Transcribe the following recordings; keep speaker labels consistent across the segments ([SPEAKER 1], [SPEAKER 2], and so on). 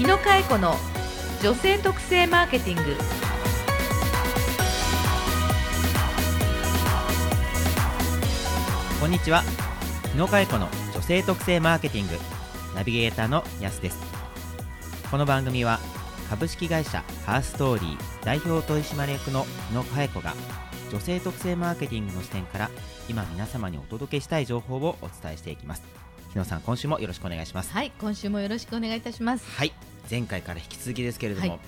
[SPEAKER 1] 野佳恵子の女性特性マーケティング
[SPEAKER 2] こんにちは日野佳恵子の女性特性マーケティングナビゲーターのやすですこの番組は株式会社ハーストーリー代表取締役の日野佳恵子が女性特性マーケティングの視点から今皆様にお届けしたい情報をお伝えしていきます日野さん今週もよろしくお願いします
[SPEAKER 1] はい今週もよろしくお願いいたします
[SPEAKER 2] はい前回から引き続きですけれども、
[SPEAKER 1] はい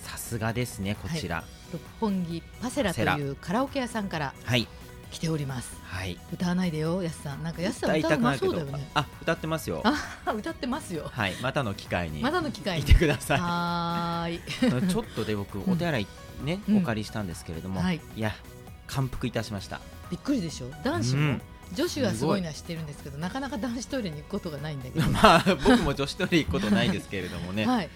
[SPEAKER 2] さすがですねこちら
[SPEAKER 1] 六本木パセラというカラオケ屋さんから
[SPEAKER 2] はい
[SPEAKER 1] 来ております
[SPEAKER 2] はい、
[SPEAKER 1] 歌わないでよやすさんなんかやすさ
[SPEAKER 2] 歌
[SPEAKER 1] ん
[SPEAKER 2] い
[SPEAKER 1] 歌
[SPEAKER 2] た
[SPEAKER 1] う
[SPEAKER 2] く
[SPEAKER 1] ま
[SPEAKER 2] なるけ
[SPEAKER 1] そ
[SPEAKER 2] ど
[SPEAKER 1] うだよね
[SPEAKER 2] あ歌ってますよ
[SPEAKER 1] あ 歌ってますよ
[SPEAKER 2] はいまたの機会に
[SPEAKER 1] まだの機会
[SPEAKER 2] い
[SPEAKER 1] に
[SPEAKER 2] てください
[SPEAKER 1] はーい
[SPEAKER 2] ちょっとで僕
[SPEAKER 1] うん
[SPEAKER 2] お手洗いね、
[SPEAKER 1] うん
[SPEAKER 2] お借りしたんですけれども、
[SPEAKER 1] はい
[SPEAKER 2] い、や感服いたしました
[SPEAKER 1] びっくりでしょ男子
[SPEAKER 2] う
[SPEAKER 1] も
[SPEAKER 2] ん
[SPEAKER 1] 女子はすごいのは知ってるんですけどなかなか男子トイレに行くことがないんだけど
[SPEAKER 2] まあ僕も女子トイレ行くことないですけれどもね、
[SPEAKER 1] はい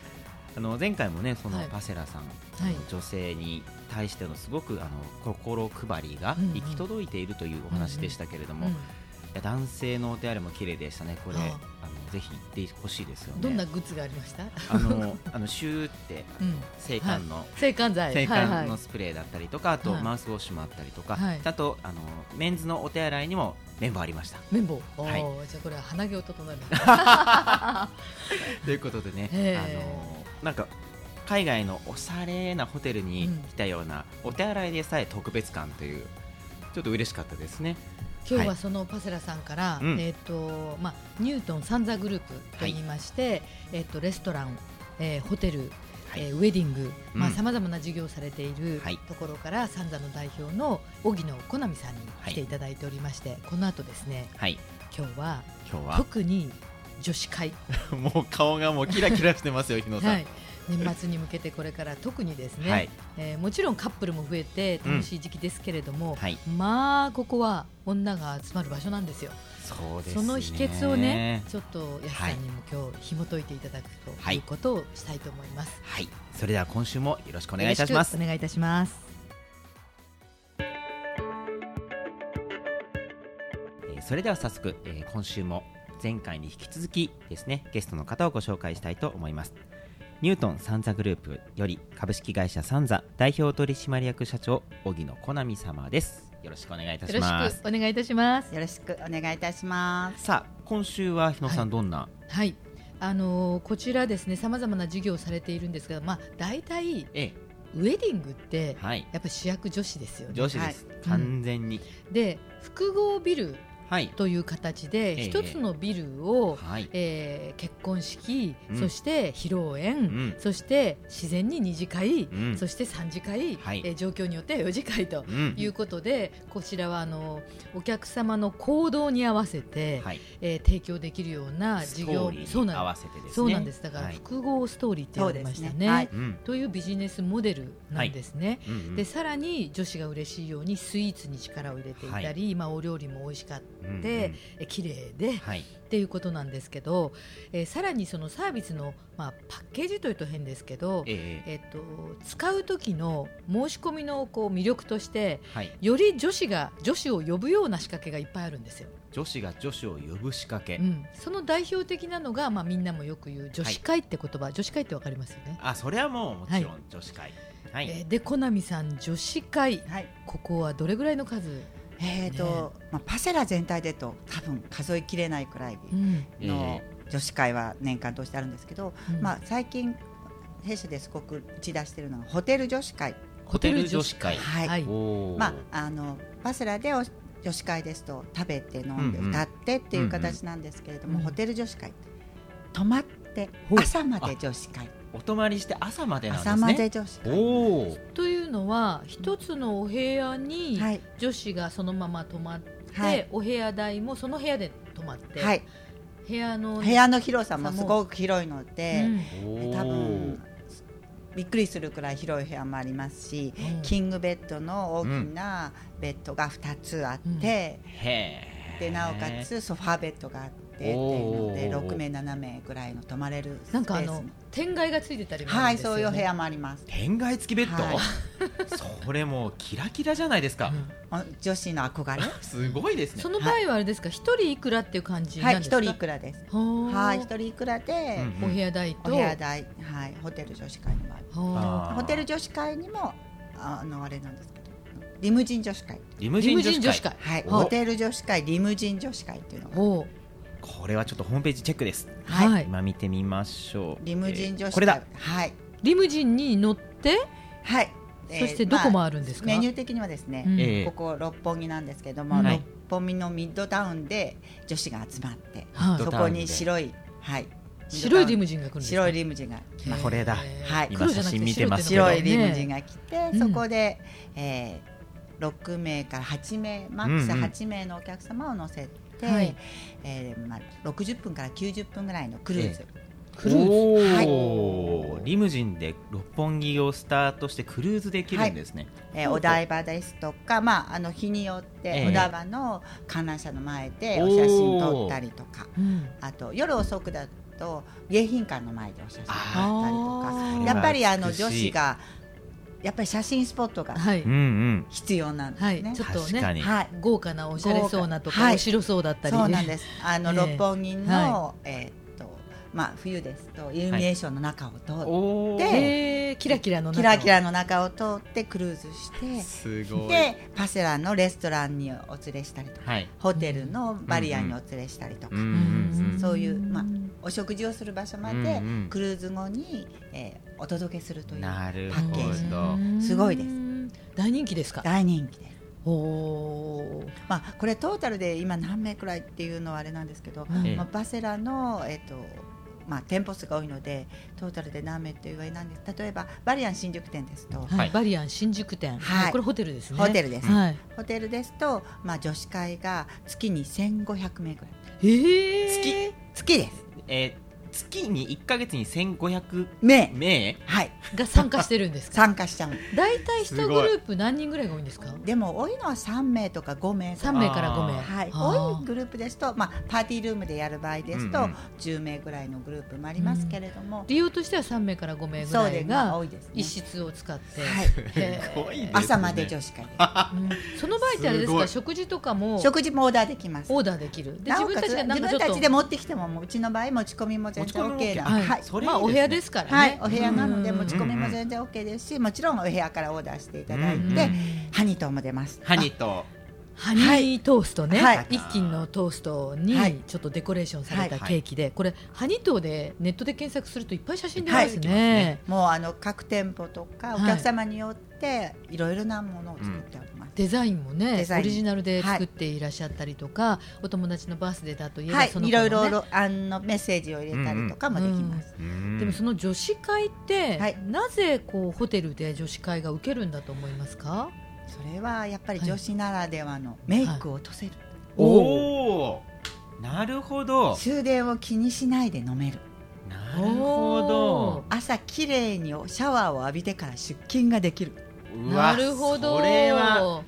[SPEAKER 2] あの前回もねその
[SPEAKER 1] はい
[SPEAKER 2] パセラさん、
[SPEAKER 1] はい
[SPEAKER 2] 女性に対してのすごくあの心配りが
[SPEAKER 1] うんうん
[SPEAKER 2] 行き届いているというお話でしたけれども、
[SPEAKER 1] うん
[SPEAKER 2] いや男性のお手洗いも綺麗でしたねこれ、
[SPEAKER 1] あ
[SPEAKER 2] あのぜひ行ってほしいですよね
[SPEAKER 1] どんなグッズがありました
[SPEAKER 2] あのあのシューって
[SPEAKER 1] うん
[SPEAKER 2] 性感の、
[SPEAKER 1] 性感剤
[SPEAKER 2] 制
[SPEAKER 1] はいは
[SPEAKER 2] 汗
[SPEAKER 1] い
[SPEAKER 2] のスプレーだったりとか、あと
[SPEAKER 1] はい
[SPEAKER 2] マウスウォッシュもあったりとか、
[SPEAKER 1] はい
[SPEAKER 2] ちゃんとあのメンズのお手洗いにも綿棒ありました。
[SPEAKER 1] 綿棒おー、
[SPEAKER 2] はい
[SPEAKER 1] じゃあこれは鼻毛を整える
[SPEAKER 2] ということでね、
[SPEAKER 1] へ
[SPEAKER 2] あ
[SPEAKER 1] ー
[SPEAKER 2] のなんか海外のおしゃれなホテルに来たような、お手洗いでさえ特別感という、ちょっと嬉しかったですね。
[SPEAKER 1] 今日はそのパセラさんから、
[SPEAKER 2] うん
[SPEAKER 1] えっ、とまあニュートンサンザグループと言いまして、えっ、とレストラン、えーホテル、
[SPEAKER 2] はい
[SPEAKER 1] えーウェディング、
[SPEAKER 2] うん
[SPEAKER 1] まあさまざまな事業をされている
[SPEAKER 2] はい
[SPEAKER 1] ところから、サンザの代表の荻野好美さんに来ていただいておりまして、この後ですね
[SPEAKER 2] はい、
[SPEAKER 1] 今日は
[SPEAKER 2] 今日は
[SPEAKER 1] 特に女子会、
[SPEAKER 2] もう顔がもうキラキラし てますよ、日野さん。
[SPEAKER 1] は
[SPEAKER 2] はいい、
[SPEAKER 1] 年末に向けてこれから特にですね、えーもちろんカップルも増えて楽しい時期ですけれども、
[SPEAKER 2] はい
[SPEAKER 1] まあここは女が集まる場所なんですよ。
[SPEAKER 2] そうです
[SPEAKER 1] そ
[SPEAKER 2] ね。
[SPEAKER 1] の秘訣をね、ちょっと安さんにも今日紐解いていただくと
[SPEAKER 2] はいいう
[SPEAKER 1] ことをしたいと思います。
[SPEAKER 2] はい、それでは今週もよろしくお願いいたします
[SPEAKER 1] よろ。くお願いいたします。
[SPEAKER 2] えーそれでは早速、えー今週も前回に引き続きですねゲストの方をご紹介したいと思いますニュートンサンザグループより株式会社サンザ代表取締役社長荻野小波様ですよろしくお願いいた
[SPEAKER 1] よ
[SPEAKER 2] し
[SPEAKER 1] ろし
[SPEAKER 2] ます
[SPEAKER 1] くお願いいたします。
[SPEAKER 3] よろしくお願いいたします。
[SPEAKER 2] さあ今週は日野さ
[SPEAKER 1] は
[SPEAKER 2] んどんな、
[SPEAKER 1] はい。あのーこちらですね、さまざまな事業をされているんですが、まあ大体
[SPEAKER 2] え
[SPEAKER 1] ウェディングって
[SPEAKER 2] えはい
[SPEAKER 1] やっぱり主役女子ですよね。
[SPEAKER 2] 上司です、完全に、
[SPEAKER 1] で、複合ビル
[SPEAKER 2] はい
[SPEAKER 1] という形で
[SPEAKER 2] ええ
[SPEAKER 1] 一つのビルを、
[SPEAKER 2] はい
[SPEAKER 1] えー結婚式、
[SPEAKER 2] うん
[SPEAKER 1] そして披露宴、
[SPEAKER 2] ん
[SPEAKER 1] そして自然に二次会、
[SPEAKER 2] うん
[SPEAKER 1] そして三次会、
[SPEAKER 2] はい
[SPEAKER 1] えー状況によっては四次会と
[SPEAKER 2] うん
[SPEAKER 1] いうことで、こちらはあのお客様の行動に合わせて、
[SPEAKER 2] はい
[SPEAKER 1] えー提供できるような
[SPEAKER 2] ス
[SPEAKER 1] 事
[SPEAKER 2] ト
[SPEAKER 1] 業
[SPEAKER 2] ーリ
[SPEAKER 1] そう
[SPEAKER 2] ーに合
[SPEAKER 1] なん
[SPEAKER 2] わ
[SPEAKER 1] です
[SPEAKER 2] せてですね
[SPEAKER 1] そうなんですだから
[SPEAKER 2] はい
[SPEAKER 1] 複合ストーリーって言われました
[SPEAKER 3] そ
[SPEAKER 1] ね
[SPEAKER 3] うですねはい
[SPEAKER 2] うん
[SPEAKER 1] というビジネスモデルなんですね。
[SPEAKER 2] うんうん
[SPEAKER 1] でさらに女子が嬉しいようにスイーツに力を入れていたり、
[SPEAKER 2] は
[SPEAKER 1] まあ、お料理も美味しかった
[SPEAKER 2] うんうん
[SPEAKER 1] でえ綺麗で
[SPEAKER 2] はい
[SPEAKER 1] っていうことなんですけど、えーさらにそのサービスの、まあ、パッケージというと変ですけど、
[SPEAKER 2] ええ
[SPEAKER 1] えっと使う時の申し込みのこう魅力として
[SPEAKER 2] はい
[SPEAKER 1] より女子が女子を呼ぶような仕掛けがいっぱいあるんですよ。
[SPEAKER 2] 女子が女子を呼ぶ仕掛け、
[SPEAKER 1] うん、その代表的なのが、まあ、みんなもよく言う女子会って言葉、女子会ってわかりますよね。
[SPEAKER 2] あそれはもうもちろん女子会はい、
[SPEAKER 1] えーでコナミさん女子会
[SPEAKER 3] はい、
[SPEAKER 1] ここはどれぐらいの数、
[SPEAKER 3] えーと、まあ、パセラ全体でと多分数えきれないくらい
[SPEAKER 1] うん
[SPEAKER 3] の女子会は年間通してあるんですけど、
[SPEAKER 1] うん
[SPEAKER 3] まあ、最近弊社ですごく打ち出しているのがホテル女子会、
[SPEAKER 2] ホテル女子会
[SPEAKER 3] はい
[SPEAKER 1] はい
[SPEAKER 2] おー
[SPEAKER 3] まあ、あのパセラでお女子会ですと食べて飲んで
[SPEAKER 2] うんうん
[SPEAKER 3] 歌ってっていう形なんですけれど
[SPEAKER 1] う
[SPEAKER 3] も、
[SPEAKER 1] んうん
[SPEAKER 3] ホテル女子会泊まって
[SPEAKER 2] ほう
[SPEAKER 3] 朝まで女子会、
[SPEAKER 2] お泊まりして朝までなんですね
[SPEAKER 3] 朝まで女子会、
[SPEAKER 2] おお
[SPEAKER 1] というのは一つのお部屋に
[SPEAKER 3] はい
[SPEAKER 1] 女子がそのまま泊まって、
[SPEAKER 3] はい
[SPEAKER 1] お部屋代もその部屋で泊まって、
[SPEAKER 3] はい、
[SPEAKER 1] 部屋の
[SPEAKER 3] 部屋の広さもすごく広いので。多分びっくりするくらい広い部屋もありますしキングベッドの大きなベッドが2つあって、
[SPEAKER 2] へえ
[SPEAKER 3] でなおかつソファーベッドがあってってっていうので6名7名ぐらいの泊まれるスペ
[SPEAKER 1] なん
[SPEAKER 3] ースも
[SPEAKER 1] かあの天蓋がついてたりもあ
[SPEAKER 3] は
[SPEAKER 1] るん
[SPEAKER 3] い
[SPEAKER 1] ですよ、
[SPEAKER 3] そう
[SPEAKER 1] ね
[SPEAKER 3] いう部屋もあります
[SPEAKER 2] 天外付きベッド、
[SPEAKER 3] はい
[SPEAKER 2] それもうキラキラじゃないですか、
[SPEAKER 3] あ女子の憧れ
[SPEAKER 2] すごいですね
[SPEAKER 1] その場合はあれですか一、人いくらっていう感じ
[SPEAKER 3] は
[SPEAKER 1] ないん
[SPEAKER 3] 一
[SPEAKER 1] ですか、
[SPEAKER 3] 人いくらですは
[SPEAKER 1] はい
[SPEAKER 3] 一人いくらで、
[SPEAKER 2] うん
[SPEAKER 1] お部屋代と
[SPEAKER 3] お部屋代はいホテル女子会の場合
[SPEAKER 1] は
[SPEAKER 2] あー
[SPEAKER 3] ホテル女子会にもああのあれなんですけどリムジン女子会
[SPEAKER 2] リ
[SPEAKER 1] あ
[SPEAKER 2] ムジ
[SPEAKER 1] リ
[SPEAKER 2] ン
[SPEAKER 1] ム
[SPEAKER 2] 女
[SPEAKER 1] ジン
[SPEAKER 2] 子
[SPEAKER 1] 女
[SPEAKER 2] 会
[SPEAKER 1] 子会
[SPEAKER 3] はい
[SPEAKER 2] お
[SPEAKER 3] ホテル女子会リムジン女子会っていうのが
[SPEAKER 1] お
[SPEAKER 2] これはちょっとホームページチェックです、
[SPEAKER 1] はい、
[SPEAKER 3] は
[SPEAKER 2] 今見てみましょう
[SPEAKER 3] リムジン女
[SPEAKER 2] えー
[SPEAKER 3] 子
[SPEAKER 2] これ
[SPEAKER 3] 会、
[SPEAKER 2] だ
[SPEAKER 3] はい
[SPEAKER 1] リムジンに乗って
[SPEAKER 3] はい、
[SPEAKER 1] そしてどこ
[SPEAKER 3] まあ
[SPEAKER 1] 回るんですか
[SPEAKER 3] メニュー的にはですね、
[SPEAKER 1] うん
[SPEAKER 2] ええ
[SPEAKER 3] ここ六本木なんですけども、
[SPEAKER 1] はい
[SPEAKER 3] 六本木のミッドタウンで女子が集まって、
[SPEAKER 1] はい
[SPEAKER 2] ド
[SPEAKER 3] そ
[SPEAKER 2] タウ
[SPEAKER 3] こ
[SPEAKER 2] ンで
[SPEAKER 3] に白い、はい、
[SPEAKER 1] 白いリ
[SPEAKER 3] ム
[SPEAKER 1] ムジンが来るんですか
[SPEAKER 3] 白いリムジンが来ます
[SPEAKER 2] これだ
[SPEAKER 1] へー
[SPEAKER 3] はい
[SPEAKER 2] 今
[SPEAKER 1] 黒じゃなく
[SPEAKER 2] 写真見てますけど
[SPEAKER 3] 白いリムジン
[SPEAKER 1] が
[SPEAKER 3] が来て、
[SPEAKER 1] うん
[SPEAKER 3] そこで、えー、6名から8名マックス
[SPEAKER 2] うんうん
[SPEAKER 3] 8名のお客様を乗せて、
[SPEAKER 1] はい
[SPEAKER 3] えーまあ、60分から90分ぐらいのクルーズ、
[SPEAKER 1] クルーズ
[SPEAKER 2] おー
[SPEAKER 3] はい
[SPEAKER 2] リムジンで六本木をスタートしてクルーズできるんですね、
[SPEAKER 3] えーお台場ですとか、まあ、あの日によって、
[SPEAKER 2] ええ
[SPEAKER 3] お台場の観覧車の前で
[SPEAKER 2] おー
[SPEAKER 3] お写真撮ったりとか
[SPEAKER 1] うん
[SPEAKER 3] あと夜遅くだと迎賓館の前でお写真撮ったりとか
[SPEAKER 1] あ
[SPEAKER 2] ー
[SPEAKER 3] やっぱりあの
[SPEAKER 2] 美しい
[SPEAKER 3] 女子がやっぱり写真スポットが
[SPEAKER 1] はい、
[SPEAKER 2] うんうん
[SPEAKER 3] 必要なんです
[SPEAKER 1] はい
[SPEAKER 3] ね
[SPEAKER 1] ちょ。っと
[SPEAKER 2] 確か
[SPEAKER 1] ね
[SPEAKER 2] に、
[SPEAKER 3] はい
[SPEAKER 1] 豪華なおしゃれそうなと
[SPEAKER 3] 豪華
[SPEAKER 1] か、
[SPEAKER 3] はい
[SPEAKER 1] お城そうだったり
[SPEAKER 3] そうなん
[SPEAKER 1] す
[SPEAKER 3] です。あの、
[SPEAKER 1] ええ
[SPEAKER 3] 六本木の、
[SPEAKER 1] は
[SPEAKER 3] えーっとまあ冬ですとイルミネーションの中を通って、
[SPEAKER 2] おー
[SPEAKER 3] で
[SPEAKER 1] えー、キラキラの中
[SPEAKER 3] キラキラの中を通ってクルーズして、
[SPEAKER 2] すごい
[SPEAKER 3] でパセランのレストランにお連れしたりとか、
[SPEAKER 2] はい
[SPEAKER 3] ホテルのバリアにお連れしたりとか、
[SPEAKER 2] うんう
[SPEAKER 1] うん
[SPEAKER 3] そういうまあお食事をする場所ま
[SPEAKER 2] うん
[SPEAKER 3] で、
[SPEAKER 2] うん
[SPEAKER 3] クルーズ後に、えーお届けすると
[SPEAKER 2] う
[SPEAKER 3] い
[SPEAKER 2] ん
[SPEAKER 3] う
[SPEAKER 2] なる
[SPEAKER 3] パッケージ
[SPEAKER 2] ほど
[SPEAKER 3] すごいです
[SPEAKER 1] 大人気ですか
[SPEAKER 3] 大人気です。
[SPEAKER 1] おー
[SPEAKER 3] まあこれトータルで今何名くらいっていうのはあれなんですけど、
[SPEAKER 1] うん
[SPEAKER 2] ええ
[SPEAKER 3] まあ、バセラの、えっとまあ、店舗数が多いのでトータルで何名って言われないんです例えばバリアン新宿店ですと、
[SPEAKER 1] は、
[SPEAKER 2] はいい
[SPEAKER 1] バリアン新宿店、
[SPEAKER 3] はい
[SPEAKER 1] これホテルですね
[SPEAKER 3] ホテルです、
[SPEAKER 1] はい、
[SPEAKER 3] ホテルですと、まあ、女子会が月に1500名ぐらい
[SPEAKER 1] え
[SPEAKER 2] 月
[SPEAKER 3] 月です
[SPEAKER 2] えー月に1か月に1500
[SPEAKER 3] 名
[SPEAKER 2] 名
[SPEAKER 3] はい
[SPEAKER 1] ー、が参加してるん ですか
[SPEAKER 3] 参加しちゃう
[SPEAKER 1] 大体一グループ何人ぐらいが多いんですか
[SPEAKER 3] でも多いのは3名とか5名と
[SPEAKER 1] 三
[SPEAKER 3] か
[SPEAKER 1] 名から五名
[SPEAKER 2] あ
[SPEAKER 3] はい、
[SPEAKER 1] あー
[SPEAKER 3] 多いグループですと、まあ、パーティールームでやる場合ですと、
[SPEAKER 2] うんうん
[SPEAKER 3] 10名ぐらいのグループもありますけれども、
[SPEAKER 1] 利用としては三名から五名ぐ
[SPEAKER 3] そう
[SPEAKER 1] ら
[SPEAKER 3] で
[SPEAKER 1] い
[SPEAKER 3] まあ
[SPEAKER 1] が
[SPEAKER 3] 多いです、ね、
[SPEAKER 1] 一室を使って、
[SPEAKER 3] はい
[SPEAKER 1] へー
[SPEAKER 2] すごいですね
[SPEAKER 3] 朝まで女子会です
[SPEAKER 1] うんその場合ってあれです
[SPEAKER 2] すご
[SPEAKER 1] か
[SPEAKER 2] い
[SPEAKER 1] 食事とかも
[SPEAKER 3] 食事もオーダーできます
[SPEAKER 1] オーダーできるで
[SPEAKER 3] な
[SPEAKER 1] 自
[SPEAKER 3] お
[SPEAKER 1] 分
[SPEAKER 3] か
[SPEAKER 1] た
[SPEAKER 3] つ
[SPEAKER 1] ちがな
[SPEAKER 3] 自
[SPEAKER 1] んかちょ
[SPEAKER 3] 分
[SPEAKER 1] っと
[SPEAKER 3] たちで持ってきてももううちの場合持ち込みも全然
[SPEAKER 2] 持ち込
[SPEAKER 3] OK
[SPEAKER 2] みも
[SPEAKER 3] だ
[SPEAKER 2] OK
[SPEAKER 3] はい、
[SPEAKER 2] それいい
[SPEAKER 1] まあお部屋ですからね、
[SPEAKER 3] はい、お部屋なので
[SPEAKER 1] うん
[SPEAKER 3] 持ち込みも全然 OK ですしもちろんお部屋からオーダーしていただいて、
[SPEAKER 2] うん
[SPEAKER 1] で
[SPEAKER 3] ハニトーも出ます
[SPEAKER 2] ハニと
[SPEAKER 1] ハニートーストね、
[SPEAKER 3] はい
[SPEAKER 1] 一斤のトーストに
[SPEAKER 3] はい
[SPEAKER 1] ちょっとデコレーションされた
[SPEAKER 2] はい
[SPEAKER 1] ケーキで、これハニートーでネットで検索するといっぱい写真出
[SPEAKER 3] は
[SPEAKER 1] ま
[SPEAKER 3] い
[SPEAKER 1] すね。
[SPEAKER 3] あもうあの各店舗とかお
[SPEAKER 1] はい
[SPEAKER 3] 客様によっていろいろなものを作っております、
[SPEAKER 1] デザインもね
[SPEAKER 3] デザイン
[SPEAKER 1] オリジナルで作っていらっしゃったりとか、お友達のバースデーだといえば、
[SPEAKER 3] はい
[SPEAKER 1] その
[SPEAKER 3] い
[SPEAKER 1] 子の
[SPEAKER 3] ろ
[SPEAKER 1] ね
[SPEAKER 3] いろあのメッセージを入れたりとかもできます、
[SPEAKER 1] でもその女子会って、
[SPEAKER 3] はい
[SPEAKER 1] なぜこうホテルで女子会が受けるんだと思いますか、
[SPEAKER 3] それはやっぱり女子ならではのメイクを落とせる、
[SPEAKER 2] おおなるほど
[SPEAKER 3] 終電を気にしないで飲める
[SPEAKER 2] なるほ
[SPEAKER 3] 朝綺麗にシャワーを浴びてから出勤ができる
[SPEAKER 2] どうわ
[SPEAKER 1] なるほど
[SPEAKER 2] それは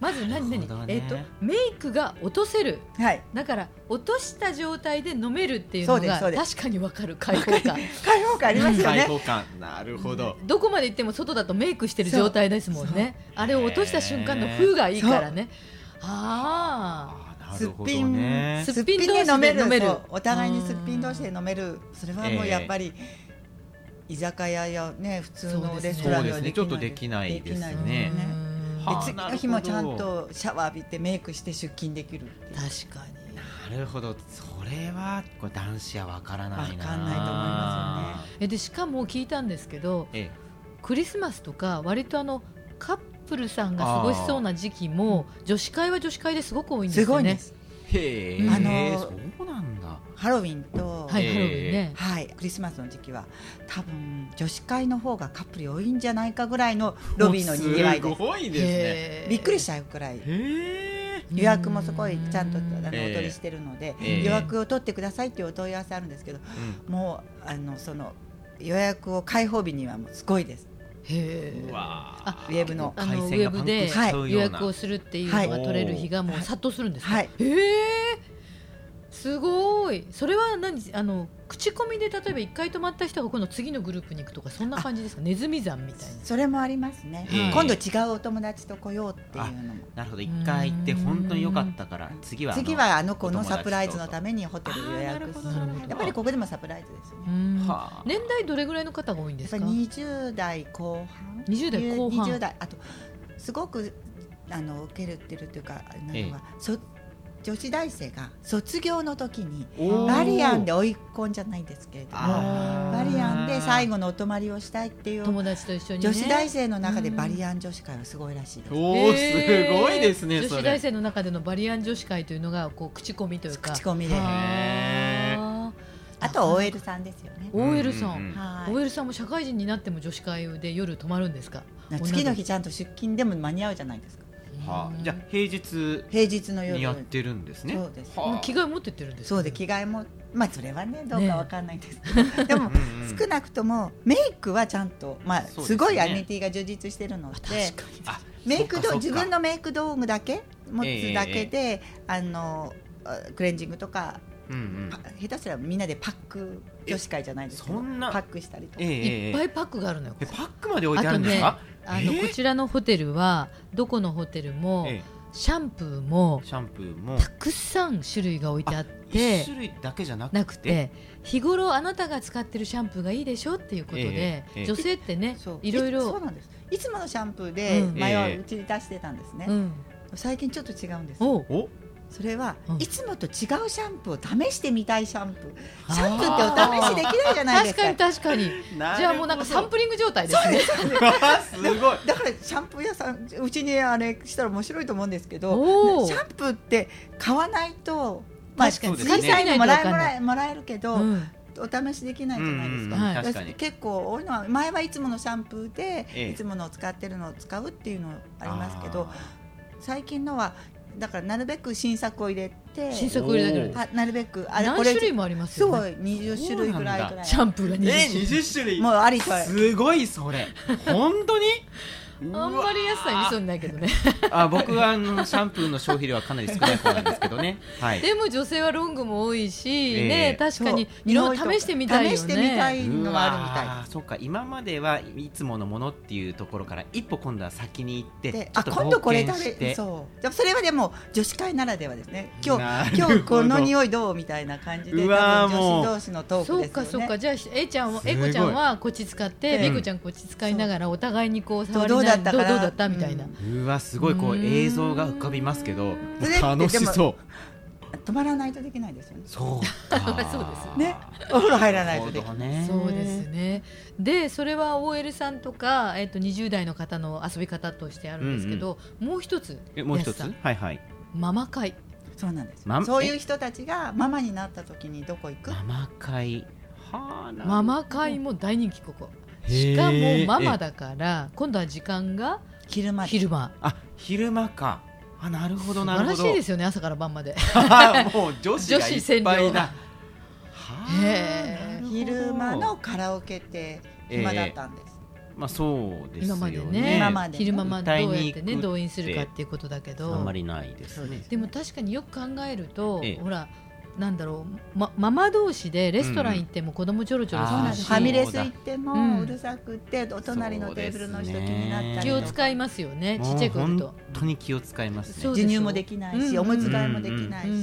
[SPEAKER 1] まず何
[SPEAKER 2] な
[SPEAKER 1] 何、
[SPEAKER 2] るほどね
[SPEAKER 1] えっとメイクが落とせる
[SPEAKER 3] はい
[SPEAKER 1] だから落とした状態で飲めるっていう
[SPEAKER 3] そ
[SPEAKER 1] の
[SPEAKER 3] うです
[SPEAKER 1] が
[SPEAKER 3] そうです
[SPEAKER 1] 確かにわかる開放感
[SPEAKER 3] 開放感ありますよ
[SPEAKER 2] 開
[SPEAKER 3] ね
[SPEAKER 2] 放感なるほど
[SPEAKER 1] どこまで行っても外だとメイクしてる状態ですもんねあれを落とした瞬間の風がいいからねあ
[SPEAKER 2] あーな
[SPEAKER 3] すっ
[SPEAKER 2] るほ
[SPEAKER 3] ぴ
[SPEAKER 2] ど
[SPEAKER 3] ん
[SPEAKER 2] ね
[SPEAKER 1] す
[SPEAKER 3] す
[SPEAKER 1] っ
[SPEAKER 3] っ
[SPEAKER 1] ぴ
[SPEAKER 3] ぴ
[SPEAKER 1] ん
[SPEAKER 3] ん
[SPEAKER 1] 同
[SPEAKER 3] で
[SPEAKER 1] 士で
[SPEAKER 3] 飲める
[SPEAKER 1] 飲める
[SPEAKER 3] そうお互いにすっぴん同士で飲めるそれはもうやっぱり、居酒屋やね普通
[SPEAKER 1] そう
[SPEAKER 3] の
[SPEAKER 1] で
[SPEAKER 3] レ
[SPEAKER 1] すね
[SPEAKER 3] ストランで
[SPEAKER 2] そうですね
[SPEAKER 3] はできない
[SPEAKER 2] ちょっとできないです
[SPEAKER 1] あ
[SPEAKER 2] ね
[SPEAKER 3] できないですね
[SPEAKER 2] はあ
[SPEAKER 3] で次の日もちゃん
[SPEAKER 2] なるほ
[SPEAKER 3] とシャワー浴びてメイクして出勤できるっていう
[SPEAKER 1] 確かに
[SPEAKER 2] なるほどそれはこれ男子はわからないな
[SPEAKER 3] わかんないと思いま
[SPEAKER 1] えでしかも聞いたんですけど
[SPEAKER 2] すよね
[SPEAKER 1] クリスマスとか割とあのカップルさんが過ごしそうな時期も女子会は女子会ですごく多いんです
[SPEAKER 3] す
[SPEAKER 1] よね
[SPEAKER 3] ごいんです、
[SPEAKER 2] ええへ
[SPEAKER 1] う
[SPEAKER 2] え
[SPEAKER 1] ん
[SPEAKER 2] あ
[SPEAKER 1] あ
[SPEAKER 2] の
[SPEAKER 3] の
[SPEAKER 2] そうなんだ
[SPEAKER 3] ハロウィンと、
[SPEAKER 1] はい、
[SPEAKER 2] えー
[SPEAKER 1] ハロウィンね
[SPEAKER 3] はい、クリスマスの時期は多分女子会の方がカップル多いんじゃないかぐらいのロビーのにぎわいです
[SPEAKER 2] すごいですね
[SPEAKER 1] へー
[SPEAKER 3] びっくりしちゃうくらい
[SPEAKER 2] へえ
[SPEAKER 3] 予約もすごいちゃんとあのお
[SPEAKER 1] う
[SPEAKER 3] 取
[SPEAKER 2] ええ
[SPEAKER 3] りしてるので、
[SPEAKER 2] ええ
[SPEAKER 3] 予約を取ってくださいっていうお問い合わせあるんですけどもうあのその予約を開放日にはもうすごいです
[SPEAKER 1] へー
[SPEAKER 2] うわ
[SPEAKER 1] あ
[SPEAKER 3] ウェブの
[SPEAKER 1] あの
[SPEAKER 2] 回線が
[SPEAKER 1] ウェブで
[SPEAKER 2] パンクしちゃう
[SPEAKER 1] 予
[SPEAKER 2] ような
[SPEAKER 1] 約をするっていうのが取れる日がもう殺到するんですか、
[SPEAKER 3] はい
[SPEAKER 1] へえすごいそれは何あの口コミで例えば1回泊まった人が今度次のグループに行くとかそんな感じですかネズミ山みたいな
[SPEAKER 3] それもありますね、
[SPEAKER 2] ええ
[SPEAKER 3] 今度違うお友達と来ようっていうのも
[SPEAKER 2] なるほど一回行って本当に良かったから次はあの
[SPEAKER 3] 次はあの子のサプライズのためにホテル予
[SPEAKER 1] あーなる
[SPEAKER 3] 約
[SPEAKER 1] ほ
[SPEAKER 3] す
[SPEAKER 1] ど
[SPEAKER 3] る
[SPEAKER 1] なるほど
[SPEAKER 3] やっぱりここでもサプライズですよ
[SPEAKER 1] う
[SPEAKER 3] ね
[SPEAKER 1] ん
[SPEAKER 2] はあ
[SPEAKER 1] 年代どれぐらいの方が多いんで
[SPEAKER 3] やっ
[SPEAKER 1] す
[SPEAKER 3] ぱ
[SPEAKER 1] か
[SPEAKER 3] り20代後半
[SPEAKER 1] 20代後半
[SPEAKER 3] 20代あとすごくあの受けるってるというかなんか、
[SPEAKER 2] ええ
[SPEAKER 3] そ女子大生が卒業の時に
[SPEAKER 2] おー
[SPEAKER 3] バリアンで追い込んじゃないんですけれども
[SPEAKER 2] あー
[SPEAKER 3] バリアンで最後のお泊まりをしたいっていう
[SPEAKER 1] 友達と一緒に、ね、
[SPEAKER 3] 女子大生の中でバリアン女子会はすごいらしいです。
[SPEAKER 2] おお、
[SPEAKER 1] へー
[SPEAKER 2] すごいですね。
[SPEAKER 1] 女
[SPEAKER 2] そ
[SPEAKER 1] 子
[SPEAKER 2] れ
[SPEAKER 1] 大。生の中でのバリアン女子会というのがこう口コミというか
[SPEAKER 3] 口コミで
[SPEAKER 2] へ
[SPEAKER 1] あー
[SPEAKER 3] あとは OL さんですよね。
[SPEAKER 1] OL さん、
[SPEAKER 2] うんうんうん
[SPEAKER 3] はい。
[SPEAKER 1] OL さんも社会人になっても女子会で夜泊まるんですか
[SPEAKER 3] 次の日ちゃんと出勤でも間に合うじゃないですか。
[SPEAKER 2] は
[SPEAKER 1] う
[SPEAKER 2] あ、
[SPEAKER 1] ん
[SPEAKER 2] じゃあ平日
[SPEAKER 3] 平日の夜。
[SPEAKER 2] にやってるんですね。
[SPEAKER 3] そうです
[SPEAKER 1] もう
[SPEAKER 2] はあ
[SPEAKER 1] 着替え持ってってるんですか
[SPEAKER 3] そうで着替えもまあそれはねどうかわかんないです けど、でも
[SPEAKER 2] うんうん
[SPEAKER 3] 少なくともメイクはちゃんとまあ
[SPEAKER 2] そうですね
[SPEAKER 3] すごいアニティが充実してるので
[SPEAKER 1] 確かに
[SPEAKER 2] あ、
[SPEAKER 3] メイク
[SPEAKER 2] そっ
[SPEAKER 3] 道
[SPEAKER 2] か
[SPEAKER 3] 自分。のメイク道具だけ持つだけで、あのあクレンジングとか
[SPEAKER 2] そっかうんうん。
[SPEAKER 3] パ下手したらみんなでパック女子会じゃないですけど
[SPEAKER 2] えそんな
[SPEAKER 3] パックしたりとか
[SPEAKER 2] ええ
[SPEAKER 1] いっ
[SPEAKER 2] え
[SPEAKER 1] ぱ
[SPEAKER 2] え
[SPEAKER 1] いパックがあるのよ
[SPEAKER 2] えパックまで置いてあるんですか？
[SPEAKER 1] あの
[SPEAKER 2] え
[SPEAKER 1] こちらのホテルはどこのホテルも
[SPEAKER 2] え
[SPEAKER 1] シャンプーも
[SPEAKER 2] えシャンプーも
[SPEAKER 1] たくさん種類が置いてあっ
[SPEAKER 2] 一
[SPEAKER 1] て
[SPEAKER 2] 種類だけじゃなくて。
[SPEAKER 1] なくて日頃あなたが使ってるシャンプーがいいでしょっていうことで
[SPEAKER 2] ええええ
[SPEAKER 1] 女性ってね
[SPEAKER 3] そう
[SPEAKER 1] いろい
[SPEAKER 3] そう
[SPEAKER 1] ろ
[SPEAKER 3] なんですいつものシャンプーで
[SPEAKER 1] うん
[SPEAKER 3] 前は
[SPEAKER 2] ええ
[SPEAKER 3] うちに出してたんですね、
[SPEAKER 1] うん
[SPEAKER 3] 最近ちょっと違うんです
[SPEAKER 1] お
[SPEAKER 2] お、
[SPEAKER 3] それは、
[SPEAKER 1] うん
[SPEAKER 3] いつもと違うシャンプーを試してみたいシャンプー
[SPEAKER 1] あー
[SPEAKER 3] シャンプーってお試しできないじゃない
[SPEAKER 1] 確
[SPEAKER 3] ですか
[SPEAKER 1] かに確かにじゃあもうなんかサンプリング状態ですね
[SPEAKER 2] すごい。
[SPEAKER 3] だからシャンプー屋さんうちにあれしたら面白いと思うんですけど
[SPEAKER 1] おお
[SPEAKER 3] シャンプーって買わないと、
[SPEAKER 1] 確かに
[SPEAKER 2] 使って
[SPEAKER 1] と
[SPEAKER 2] みない
[SPEAKER 3] 小さいのもら
[SPEAKER 1] わ
[SPEAKER 3] え
[SPEAKER 1] かん
[SPEAKER 3] も
[SPEAKER 1] な
[SPEAKER 3] らえもらえるけど、
[SPEAKER 1] うん
[SPEAKER 3] お試しできないじゃないですか。
[SPEAKER 1] うんうんうん
[SPEAKER 2] 確かに
[SPEAKER 3] 私結構多いのは前はいつものシャンプーで、
[SPEAKER 2] ええ
[SPEAKER 3] いつものを使ってるのを使うっていうのありますけど
[SPEAKER 2] あ
[SPEAKER 3] 最近のはだからなるべく新作を入れて
[SPEAKER 1] 新作を入れなきゃいけない
[SPEAKER 3] はなるべくあれ
[SPEAKER 1] 何
[SPEAKER 3] これ
[SPEAKER 1] 種類もあります
[SPEAKER 3] す
[SPEAKER 1] よ
[SPEAKER 3] ご
[SPEAKER 1] ね
[SPEAKER 3] い20種類ぐらいぐらい
[SPEAKER 1] シャンプーが
[SPEAKER 2] ー。え
[SPEAKER 1] 20
[SPEAKER 2] 二
[SPEAKER 1] 種類
[SPEAKER 2] 十種類。
[SPEAKER 3] もうありとあらゆる
[SPEAKER 2] すごいそれ。本当に？うわ
[SPEAKER 1] あんまり安さに見そうにないけどね
[SPEAKER 2] あ僕はあのシャンプーの消費量はかなり少ない方なんですけどね。はい。
[SPEAKER 1] でも女性はロングも多いし、
[SPEAKER 2] ええ
[SPEAKER 1] ね確かにいろいろ試してみたいよね
[SPEAKER 3] 試してみたいのはあるみたいです
[SPEAKER 2] うわーそっか今まではいつものものっていうところから一歩今度は先に行って
[SPEAKER 3] で
[SPEAKER 2] ちょ
[SPEAKER 3] あ
[SPEAKER 2] っと
[SPEAKER 3] 今度こ
[SPEAKER 2] 冒
[SPEAKER 3] れ
[SPEAKER 2] 険
[SPEAKER 3] 食
[SPEAKER 2] して
[SPEAKER 3] べそうでもそれはでも女子会ならではですね今
[SPEAKER 2] なるほ
[SPEAKER 3] 日
[SPEAKER 2] ど
[SPEAKER 3] 今日この匂いどうみたいな感じで
[SPEAKER 2] うわー
[SPEAKER 3] 多分
[SPEAKER 2] もう
[SPEAKER 3] 女子同士のトーク
[SPEAKER 1] そう
[SPEAKER 3] ですよ
[SPEAKER 1] か
[SPEAKER 3] ね
[SPEAKER 1] そうかじゃあ A ちゃんは
[SPEAKER 2] すごい
[SPEAKER 1] A 子ちゃんはこっち使って
[SPEAKER 3] うん
[SPEAKER 1] B 子ちゃんこっち使いながらお互いにこう
[SPEAKER 3] ど
[SPEAKER 1] 触
[SPEAKER 3] う
[SPEAKER 1] り
[SPEAKER 3] どう
[SPEAKER 1] な
[SPEAKER 3] だ
[SPEAKER 1] がら
[SPEAKER 3] っ
[SPEAKER 1] ど
[SPEAKER 3] た
[SPEAKER 1] う
[SPEAKER 3] かな
[SPEAKER 1] どうだったみたいな、
[SPEAKER 3] うん
[SPEAKER 2] うわすごいこ
[SPEAKER 1] う
[SPEAKER 2] う
[SPEAKER 1] ーん
[SPEAKER 2] 映像が浮かびますけど
[SPEAKER 3] それって
[SPEAKER 2] 楽し
[SPEAKER 3] で
[SPEAKER 2] そう
[SPEAKER 3] 止まらないとできないですよね
[SPEAKER 2] そうか
[SPEAKER 1] そうです
[SPEAKER 3] ねお風呂入らないと
[SPEAKER 2] なる
[SPEAKER 3] で
[SPEAKER 2] ほど
[SPEAKER 3] きない
[SPEAKER 2] ね
[SPEAKER 1] そうですねでそれは OL さんとか、えっと20代の方の遊び方としてあるんですけど、もう一つ
[SPEAKER 2] えもう一
[SPEAKER 1] 安
[SPEAKER 2] つ
[SPEAKER 1] さん
[SPEAKER 2] はいはい
[SPEAKER 1] ママ会
[SPEAKER 3] そうなんです、
[SPEAKER 2] ママ
[SPEAKER 3] そういう人たちがママになった時にどこ行く
[SPEAKER 2] ママ会はあなるほど
[SPEAKER 1] ママ会も大人気ここ
[SPEAKER 2] へー
[SPEAKER 1] しかもママだから今度は時間が
[SPEAKER 3] 昼間
[SPEAKER 1] 昼間
[SPEAKER 2] あ昼間かあなるほど
[SPEAKER 1] 素
[SPEAKER 2] な
[SPEAKER 1] 晴
[SPEAKER 2] る
[SPEAKER 1] ら
[SPEAKER 2] ほど
[SPEAKER 1] しいですよね朝から晩まで
[SPEAKER 2] あ もう女子がいっぱ
[SPEAKER 1] 女子占
[SPEAKER 2] い
[SPEAKER 1] 領
[SPEAKER 2] だ
[SPEAKER 1] へー
[SPEAKER 2] はあなるほど
[SPEAKER 3] 昼間のカラオケって暇だったんです、
[SPEAKER 2] まあそうです
[SPEAKER 1] 今
[SPEAKER 2] よ
[SPEAKER 1] まで
[SPEAKER 2] ね
[SPEAKER 1] ね
[SPEAKER 3] 今まで
[SPEAKER 1] 昼間まあどうやって
[SPEAKER 2] 歌いに行
[SPEAKER 1] ね
[SPEAKER 2] く
[SPEAKER 1] 動員するかっていうことだけ
[SPEAKER 2] あん
[SPEAKER 1] ど
[SPEAKER 2] まりないですね。
[SPEAKER 1] でも確かによく考えると、
[SPEAKER 2] ええ
[SPEAKER 1] ほらなんだろう、ま、ママ同士でレストラン行っても子供ちょろちょろ
[SPEAKER 2] あー
[SPEAKER 1] す
[SPEAKER 3] そう
[SPEAKER 1] る
[SPEAKER 3] なんで
[SPEAKER 1] し
[SPEAKER 3] す
[SPEAKER 2] そう
[SPEAKER 3] フ
[SPEAKER 2] だ
[SPEAKER 3] ァミレス行って
[SPEAKER 1] うん
[SPEAKER 3] もうるさくて、お隣のテーブルの人気になったり
[SPEAKER 1] 気
[SPEAKER 3] と
[SPEAKER 1] を
[SPEAKER 3] か
[SPEAKER 1] 使いますよねちっちゃい子いる
[SPEAKER 2] もう
[SPEAKER 1] と
[SPEAKER 2] 本。当に気を使います
[SPEAKER 1] そう
[SPEAKER 2] ね。
[SPEAKER 1] でしょ
[SPEAKER 3] 授乳もできないし、
[SPEAKER 1] うん
[SPEAKER 3] おむつ替えもできないし、
[SPEAKER 1] うん
[SPEAKER 2] う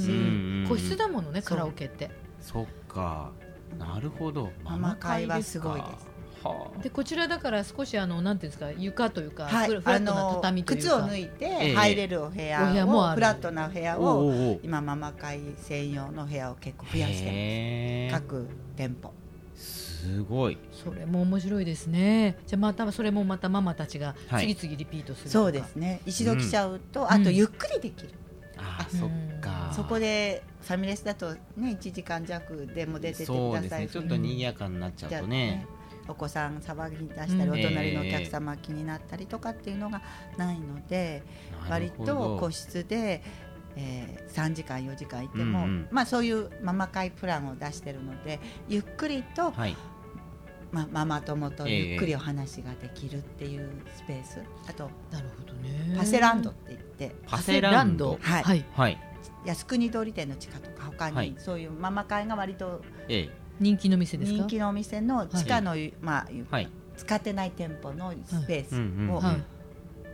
[SPEAKER 2] ん
[SPEAKER 1] 個室だものね
[SPEAKER 3] そ
[SPEAKER 1] カ
[SPEAKER 3] う
[SPEAKER 1] ラオケって
[SPEAKER 2] そっか、なるほど。
[SPEAKER 3] ママ会はすごいで
[SPEAKER 2] す。
[SPEAKER 3] す
[SPEAKER 2] はあ
[SPEAKER 1] でこちらだから少しあのなんていうんですか床というか、
[SPEAKER 3] は
[SPEAKER 1] フ
[SPEAKER 3] い
[SPEAKER 1] ラ、フラッ
[SPEAKER 3] あ
[SPEAKER 1] トな
[SPEAKER 3] の
[SPEAKER 1] 畳という
[SPEAKER 3] 靴を
[SPEAKER 1] か
[SPEAKER 3] 脱い
[SPEAKER 2] ええ
[SPEAKER 3] で入れるお部屋を
[SPEAKER 1] お部屋もある
[SPEAKER 3] フラットなお部屋
[SPEAKER 2] おう
[SPEAKER 3] を
[SPEAKER 2] おうおう
[SPEAKER 3] 今ママ会専用の部屋を結構増やして
[SPEAKER 2] へ
[SPEAKER 3] ま
[SPEAKER 2] え
[SPEAKER 3] す各店舗
[SPEAKER 2] すごい。
[SPEAKER 1] それも面白いですねじゃあまたそれもまたママたちが
[SPEAKER 2] はい
[SPEAKER 1] 次々リピートするとか、
[SPEAKER 3] そうですね一度来ちゃうと、
[SPEAKER 1] ん
[SPEAKER 3] あとゆっくりできる、
[SPEAKER 2] あー、
[SPEAKER 1] う
[SPEAKER 2] そ
[SPEAKER 1] ん
[SPEAKER 2] っか。
[SPEAKER 3] そこでファミレスだとね1時間弱でも出てってく
[SPEAKER 2] そう
[SPEAKER 3] だ
[SPEAKER 2] です
[SPEAKER 3] さい
[SPEAKER 2] ね。ちょっと賑やかになっちゃうとね。
[SPEAKER 3] お子さん騒ぎ出したり、
[SPEAKER 1] うん
[SPEAKER 3] お隣のお客様気になったりとかっていうのがないので、
[SPEAKER 2] な
[SPEAKER 3] 割
[SPEAKER 2] るほど
[SPEAKER 3] と個室で、えー、3時間4時間いて
[SPEAKER 2] うん
[SPEAKER 3] も、
[SPEAKER 2] うん
[SPEAKER 3] まあ、そういうママ会プランを出してるのでゆっくりと、
[SPEAKER 2] はい。
[SPEAKER 3] まあ、ママ友と
[SPEAKER 2] ええ
[SPEAKER 3] ゆっくりお話ができるっていうスペース、あと
[SPEAKER 1] なるほどね
[SPEAKER 3] パセランドって言って
[SPEAKER 2] パセランド
[SPEAKER 1] パセランド
[SPEAKER 3] はい
[SPEAKER 1] はい
[SPEAKER 2] はい。
[SPEAKER 3] 靖国通り店の地下とかかに、
[SPEAKER 2] はい
[SPEAKER 3] そういうママ会が割と
[SPEAKER 2] ええ
[SPEAKER 1] 人気の店ですか
[SPEAKER 3] 人気のお店の地下の、まあ、
[SPEAKER 2] はい
[SPEAKER 3] 使ってない店舗のスペ
[SPEAKER 2] うんうんうん
[SPEAKER 3] ース
[SPEAKER 1] は
[SPEAKER 3] を
[SPEAKER 1] い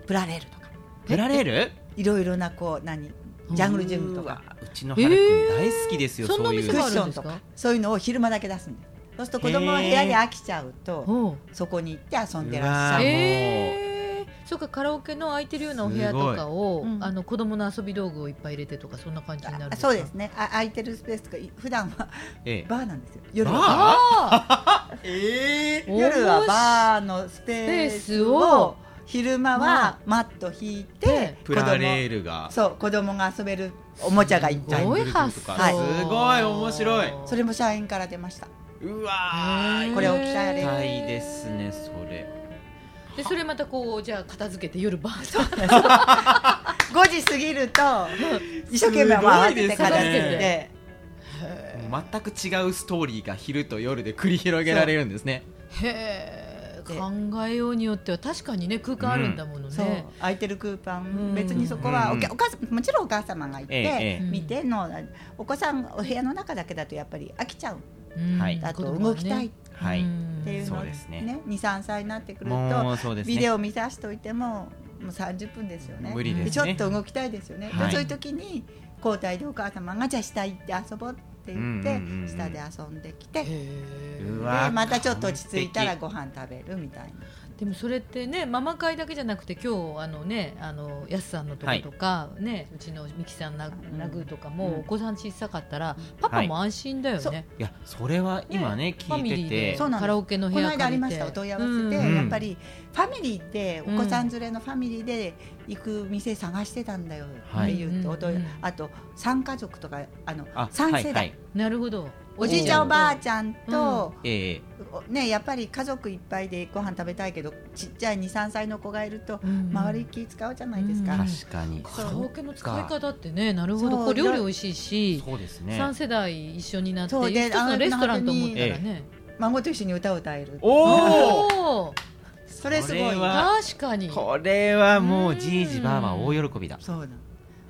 [SPEAKER 3] プラレールとか
[SPEAKER 2] プラレール
[SPEAKER 3] いろいろなこう何ジャングルジムとか
[SPEAKER 2] うわうちの春くん大好きですよ、
[SPEAKER 1] えー
[SPEAKER 2] そうい
[SPEAKER 1] そんなお店
[SPEAKER 2] う
[SPEAKER 3] ク
[SPEAKER 1] が
[SPEAKER 3] ッションと
[SPEAKER 1] ある
[SPEAKER 3] か
[SPEAKER 1] んで
[SPEAKER 3] そういうのを昼間だけ出すんだよそうすると子供は部屋に飽きちゃうと
[SPEAKER 1] おう
[SPEAKER 3] そこに行って遊んでらっしゃ
[SPEAKER 2] あ
[SPEAKER 3] る
[SPEAKER 2] うわ
[SPEAKER 1] えー、そうかカラオケの空いてるようなお部屋とかを、
[SPEAKER 3] すごいうん
[SPEAKER 1] あの子供の遊び道具をいっぱい入れてとかそんな感じになるん
[SPEAKER 3] あ
[SPEAKER 1] ですか
[SPEAKER 3] そうですねあ空いてるスペースとかい普段は
[SPEAKER 2] ええ
[SPEAKER 3] バーなんですよ夜
[SPEAKER 2] バー
[SPEAKER 3] は
[SPEAKER 1] あ
[SPEAKER 2] ええ
[SPEAKER 1] ー
[SPEAKER 3] 夜はバーのスペースを昼間はマット引いて
[SPEAKER 1] で
[SPEAKER 2] プラレールが
[SPEAKER 3] そう子供が遊べるおもちゃがいっぱ
[SPEAKER 1] す
[SPEAKER 3] い
[SPEAKER 1] ごい発想、
[SPEAKER 3] はい
[SPEAKER 2] すごい面白い
[SPEAKER 3] それも社員から出ました
[SPEAKER 2] うわー
[SPEAKER 3] これを鍛えれる
[SPEAKER 2] 痛いですねそれ
[SPEAKER 1] でそれまたこうじゃあ片付けて夜バーと
[SPEAKER 3] 5時過ぎると一生懸命慌て
[SPEAKER 1] すごいで
[SPEAKER 3] て片付け
[SPEAKER 1] す
[SPEAKER 3] て
[SPEAKER 1] ね
[SPEAKER 2] 全く違うストーリーが昼と夜で繰り広げられるんですね
[SPEAKER 1] へえ考えようによっては確かにね空間あるんだもの
[SPEAKER 3] そう
[SPEAKER 1] ね、
[SPEAKER 3] 空いてる空間
[SPEAKER 1] ん
[SPEAKER 3] 別にそこはお客お母さんもちろんお母様がい
[SPEAKER 2] ええ
[SPEAKER 3] て
[SPEAKER 1] え
[SPEAKER 2] え
[SPEAKER 3] 見てのお子さんお部屋の中だけだとやっぱり飽きちゃう
[SPEAKER 1] うん
[SPEAKER 2] はい
[SPEAKER 3] あと動きたいっ
[SPEAKER 2] はい
[SPEAKER 3] ていう
[SPEAKER 2] そ
[SPEAKER 3] の
[SPEAKER 2] う
[SPEAKER 3] ね
[SPEAKER 2] ですね
[SPEAKER 3] 23歳になってくると
[SPEAKER 2] もうそうですね
[SPEAKER 3] ビデオ見さしておいてももう30分ですよね
[SPEAKER 2] 無理
[SPEAKER 1] で
[SPEAKER 2] です
[SPEAKER 1] ね
[SPEAKER 3] でちょっと動きたいですよね、で
[SPEAKER 2] はい
[SPEAKER 3] そういう時に交代でお母様がじゃあ下行って遊ぼうって言って、
[SPEAKER 2] うんうんうんうん
[SPEAKER 3] 下で遊んできてで
[SPEAKER 2] う
[SPEAKER 1] で
[SPEAKER 2] わー
[SPEAKER 3] またちょっと落ち着いたら
[SPEAKER 2] 完
[SPEAKER 3] ご飯食べるみたいな
[SPEAKER 1] でもそれってねママ会だけじゃなくて今日あのねあのやすさんのとことか、ねうちのみきさんなラグーとかも、
[SPEAKER 3] うん
[SPEAKER 1] お子さん小さかったらパパも安心だよね、
[SPEAKER 3] はい
[SPEAKER 2] 璧いやそれは今ね
[SPEAKER 1] ファミ
[SPEAKER 2] 聞
[SPEAKER 1] リ
[SPEAKER 2] いて
[SPEAKER 1] ーで
[SPEAKER 2] て
[SPEAKER 3] そうなんです
[SPEAKER 1] カラオケの部
[SPEAKER 3] この
[SPEAKER 1] 屋借りて
[SPEAKER 3] 間ありましたお問い合わせで、
[SPEAKER 1] うん
[SPEAKER 3] やっぱりファミリーってお子さん連れのファミリーで行く店探してたんだよって言ってお問
[SPEAKER 1] はい
[SPEAKER 3] い合わせ、
[SPEAKER 1] うん
[SPEAKER 3] あと3家族とかあの
[SPEAKER 2] あ
[SPEAKER 3] 三世代、
[SPEAKER 2] はいはい
[SPEAKER 1] なるほど
[SPEAKER 3] おじいちゃんおばあちゃんと、
[SPEAKER 2] ええ
[SPEAKER 3] ね、やっぱり家族いっぱいでご飯食べたいけどちっちゃい23歳の子がいると
[SPEAKER 1] うん
[SPEAKER 3] 周り気使うじゃないですか、
[SPEAKER 1] うん
[SPEAKER 2] 確かに
[SPEAKER 1] カラオケの使い
[SPEAKER 2] そう
[SPEAKER 1] 方ってねなるほど
[SPEAKER 3] そう
[SPEAKER 1] こう料理美味しいし
[SPEAKER 2] そうですね
[SPEAKER 1] 三世代一緒になって
[SPEAKER 3] そうで
[SPEAKER 1] 一つのレストランと思ったら
[SPEAKER 2] あ
[SPEAKER 1] ね
[SPEAKER 3] 孫と一緒に歌を歌える
[SPEAKER 2] おお
[SPEAKER 1] おー
[SPEAKER 3] それすごい
[SPEAKER 2] それは
[SPEAKER 1] 確かに
[SPEAKER 2] これはもうじいじばあば大喜びだ
[SPEAKER 3] そうなの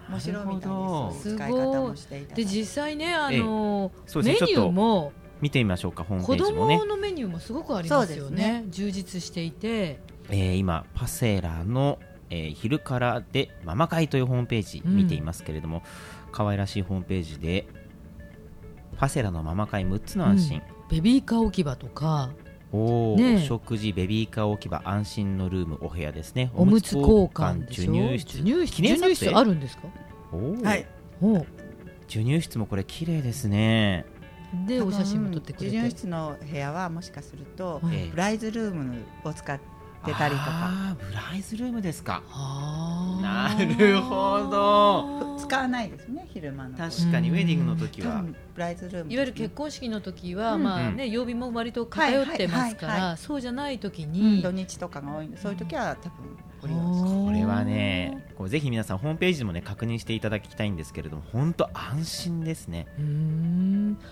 [SPEAKER 3] 面白いみたい
[SPEAKER 2] なるほど
[SPEAKER 3] ですそういう使い方もしていただ
[SPEAKER 1] で
[SPEAKER 3] いて
[SPEAKER 1] 実際ねあの
[SPEAKER 2] そうで
[SPEAKER 1] メ
[SPEAKER 2] すね
[SPEAKER 1] ニ
[SPEAKER 2] ち
[SPEAKER 1] ュ
[SPEAKER 2] ょっ
[SPEAKER 1] ー
[SPEAKER 2] と
[SPEAKER 1] も
[SPEAKER 2] 見てみましょうかホームペ
[SPEAKER 1] 子
[SPEAKER 2] ージもね
[SPEAKER 1] 供のメニューもすごくありますよ
[SPEAKER 3] そうです
[SPEAKER 1] ね充実していて
[SPEAKER 2] えー今パセラの、えー昼からでママ会というホームページ見ていますけれども、可愛らしいホームページでパセラのママ会6つの安心、
[SPEAKER 1] ベビーカー置き場とか
[SPEAKER 2] おお、
[SPEAKER 1] ねえ
[SPEAKER 2] お食事ベビーカー置き場安心のルームお部屋ですね
[SPEAKER 1] おむつ交換でし
[SPEAKER 2] 授
[SPEAKER 1] ょ
[SPEAKER 2] 乳室
[SPEAKER 1] 入室
[SPEAKER 2] 記念
[SPEAKER 1] 授
[SPEAKER 2] 撮
[SPEAKER 1] 乳
[SPEAKER 2] 影
[SPEAKER 1] 室あるんですか
[SPEAKER 2] おー
[SPEAKER 3] はい
[SPEAKER 1] おう
[SPEAKER 2] 授乳室もこれ綺麗ですね
[SPEAKER 1] でお写真も撮ってくれ
[SPEAKER 3] 多分
[SPEAKER 1] て
[SPEAKER 3] 授乳室の部屋はもしかすると
[SPEAKER 1] うん
[SPEAKER 2] ええ
[SPEAKER 3] ブライズルームを使ってたりとか
[SPEAKER 2] あーブライズルームですか
[SPEAKER 1] あー
[SPEAKER 2] なるほど
[SPEAKER 3] 使わないですね昼間の
[SPEAKER 2] 確かにウェディングの時
[SPEAKER 3] 多
[SPEAKER 2] は
[SPEAKER 3] 分ブライズルームですね
[SPEAKER 1] いわゆる結婚式の時は、
[SPEAKER 3] うん
[SPEAKER 1] まあ
[SPEAKER 2] うん
[SPEAKER 1] ね曜日も割と偏ってますから、
[SPEAKER 3] はいはいはいは
[SPEAKER 1] そうじゃない時
[SPEAKER 3] うん
[SPEAKER 1] に、
[SPEAKER 3] 土日とかが多いんでそういう時は多分ご利用して
[SPEAKER 2] こ
[SPEAKER 1] こ
[SPEAKER 2] れはねこうぜひ皆さんホームページでもね確認していただきたいんですけれども本当安心ですね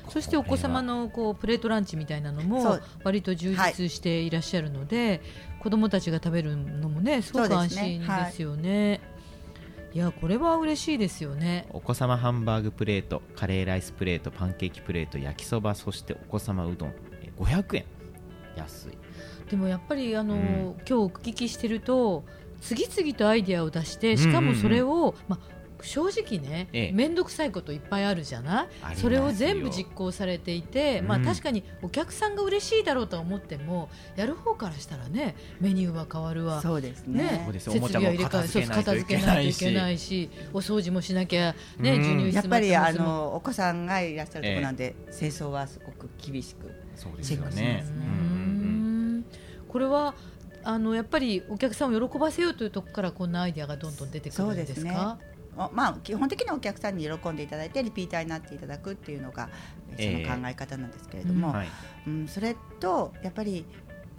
[SPEAKER 1] そしてお子様のこうプレートランチみたいなの
[SPEAKER 3] そ
[SPEAKER 1] も
[SPEAKER 3] う
[SPEAKER 1] 割と充実していらっしゃるので、子供たちが食べるのもねすごく
[SPEAKER 3] そうで
[SPEAKER 1] 安
[SPEAKER 3] すね
[SPEAKER 1] 心ですよね。いやこれは嬉しいですよね。
[SPEAKER 2] お子様ハンバーグプレートカレーライスプレートパンケーキプレート焼きそばそしてお子様うどんえ500円安い
[SPEAKER 1] でもやっぱりあの、
[SPEAKER 2] うん
[SPEAKER 1] 今日お聞きしてると次々とアイデアを出して
[SPEAKER 2] ん
[SPEAKER 1] しかもそれを、まあ、正直ね
[SPEAKER 2] ええ
[SPEAKER 1] 面倒、くさいこといっぱいあるじゃない
[SPEAKER 2] ありますよ
[SPEAKER 1] それを全部実行されていて、まあ、
[SPEAKER 2] うん
[SPEAKER 1] 確かにお客さんが嬉しいだろうとは思ってもやる方からしたらねメニューは変わるわ。
[SPEAKER 3] そうです
[SPEAKER 1] ね
[SPEAKER 3] ね
[SPEAKER 2] そうです
[SPEAKER 1] 設備は入れ替えそう片付けないといけないしお掃除もしなきゃね
[SPEAKER 2] うん
[SPEAKER 1] 授乳室
[SPEAKER 3] やっぱり
[SPEAKER 1] も
[SPEAKER 3] あ
[SPEAKER 1] あの
[SPEAKER 3] のお子さんがいらっしゃるとこなんで、清掃はすごく厳しく
[SPEAKER 2] そうで
[SPEAKER 3] ですす
[SPEAKER 2] よ
[SPEAKER 3] よ
[SPEAKER 2] ね
[SPEAKER 3] ね
[SPEAKER 1] うーんこれはあのやっぱりお客さんを喜ばせようというところからこんなアイデアがどんどん出てくるんですか
[SPEAKER 3] おまあ基本的にはお客さんに喜んでいただいてリピーターになっていただくっていうのが
[SPEAKER 2] ええ
[SPEAKER 3] えその考え方なんですけれども、
[SPEAKER 2] はい、
[SPEAKER 3] うん、それとやっぱり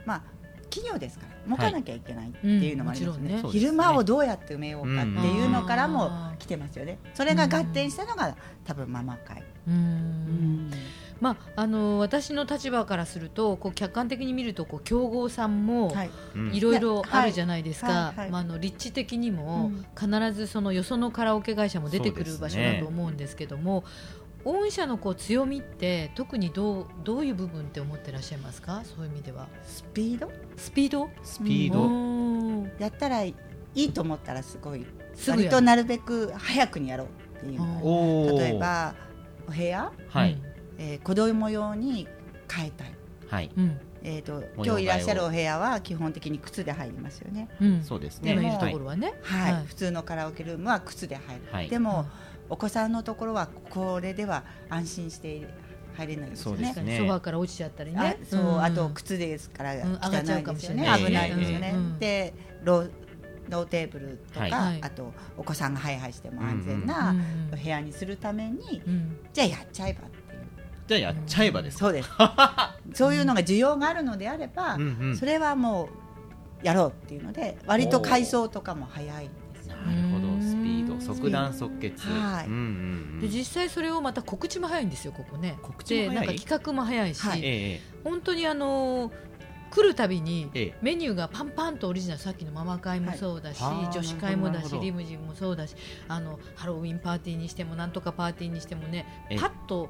[SPEAKER 3] まあ企業ですから儲かなきゃいけないっていうのもありますね,、
[SPEAKER 1] うんもち
[SPEAKER 2] ろんね
[SPEAKER 3] 昼間をどうやって埋めようかっていうのから
[SPEAKER 1] う
[SPEAKER 3] も
[SPEAKER 1] ん
[SPEAKER 3] 来てますよねそれが合点したのが多分ママ会、
[SPEAKER 1] うーんまああの私の立場からするとこう客観的に見るとこう競合さんも、
[SPEAKER 3] はい、
[SPEAKER 2] うん
[SPEAKER 1] いろいろあるじゃないです
[SPEAKER 3] はいは
[SPEAKER 1] か
[SPEAKER 3] いはい、
[SPEAKER 1] まあ、あの立地的にも
[SPEAKER 3] うん
[SPEAKER 1] 必ずそのよそのカラオケ会社も出てく
[SPEAKER 2] そう
[SPEAKER 1] る
[SPEAKER 2] で
[SPEAKER 1] 場
[SPEAKER 2] す
[SPEAKER 1] 所
[SPEAKER 2] ね
[SPEAKER 1] だと思うんですけども、御社のこう強みって特にどうどういう部分って思ってらっしゃいますかそういう意味では
[SPEAKER 3] スピード
[SPEAKER 1] スピード
[SPEAKER 2] スピー
[SPEAKER 1] お
[SPEAKER 2] ド
[SPEAKER 1] ー
[SPEAKER 3] やったらいいと思ったらすごい
[SPEAKER 1] すぐ
[SPEAKER 3] 割
[SPEAKER 1] や
[SPEAKER 3] と
[SPEAKER 1] る
[SPEAKER 3] なるべく早くにやろうっていうの
[SPEAKER 2] おー
[SPEAKER 3] 例えばお部屋、
[SPEAKER 2] は
[SPEAKER 1] う
[SPEAKER 2] い
[SPEAKER 1] ん
[SPEAKER 3] えー、子供用に変えたい、
[SPEAKER 2] はい
[SPEAKER 1] うん
[SPEAKER 3] えー、と
[SPEAKER 2] 模様替えを
[SPEAKER 3] 今日いらっしゃるお部屋は基本的に靴で入りますよね、
[SPEAKER 1] うん
[SPEAKER 2] そうですね
[SPEAKER 1] 今いる
[SPEAKER 3] も
[SPEAKER 1] と
[SPEAKER 2] は
[SPEAKER 1] こ
[SPEAKER 2] い
[SPEAKER 1] ろはね
[SPEAKER 3] はい
[SPEAKER 1] はい
[SPEAKER 3] 普通のカラオケルームは靴で入る、
[SPEAKER 2] はい
[SPEAKER 3] でも、
[SPEAKER 1] うん
[SPEAKER 3] お子さんのところはこれでは安心して入れないですよ
[SPEAKER 2] そうで
[SPEAKER 3] ね
[SPEAKER 2] す
[SPEAKER 1] 確かに
[SPEAKER 2] ね
[SPEAKER 1] ソファーから落ちちゃったり
[SPEAKER 3] あ
[SPEAKER 1] ね
[SPEAKER 3] そう、
[SPEAKER 1] ん
[SPEAKER 3] あと靴ですから
[SPEAKER 1] ん
[SPEAKER 3] 汚
[SPEAKER 1] 上がっちゃう
[SPEAKER 3] い
[SPEAKER 1] か
[SPEAKER 3] で
[SPEAKER 1] も
[SPEAKER 3] す
[SPEAKER 1] し
[SPEAKER 3] よ
[SPEAKER 1] れ
[SPEAKER 3] ね、
[SPEAKER 1] ない
[SPEAKER 3] 危ないですよね、
[SPEAKER 1] ええええうん
[SPEAKER 3] でロローテーブルとか、
[SPEAKER 2] はい
[SPEAKER 3] あとお子さんがハイハイしても安全
[SPEAKER 1] う
[SPEAKER 3] なんお部屋にするために、
[SPEAKER 1] うん
[SPEAKER 3] じゃあやっちゃえばって
[SPEAKER 2] じ
[SPEAKER 3] いう
[SPEAKER 2] ゃあやっちゃえばですか
[SPEAKER 3] そうですそういうのが需要があるのであれば、
[SPEAKER 2] うんうん
[SPEAKER 3] それはもうやろうっていうので割と改装とかも早いです
[SPEAKER 2] なるほどスピード即断即決
[SPEAKER 3] はい
[SPEAKER 2] うんうんう
[SPEAKER 1] で
[SPEAKER 2] ん
[SPEAKER 1] 実際それをまた告知も早いんですよここね
[SPEAKER 2] 告知も早い
[SPEAKER 1] でなんか企画も早いし、
[SPEAKER 3] はい
[SPEAKER 2] ええ
[SPEAKER 1] 本当にあのー来るたびに
[SPEAKER 2] ええ
[SPEAKER 1] メニューがパンパンとオリジナルさっきのママ会もそうだし、
[SPEAKER 2] はいあー
[SPEAKER 1] 女子会も
[SPEAKER 2] な
[SPEAKER 1] だ
[SPEAKER 2] るほ
[SPEAKER 1] し
[SPEAKER 2] ど
[SPEAKER 1] リムジンもそうだしあのハロウィンパーティーにしてもなんとかパーティーにしてもね
[SPEAKER 2] ええ
[SPEAKER 1] パッと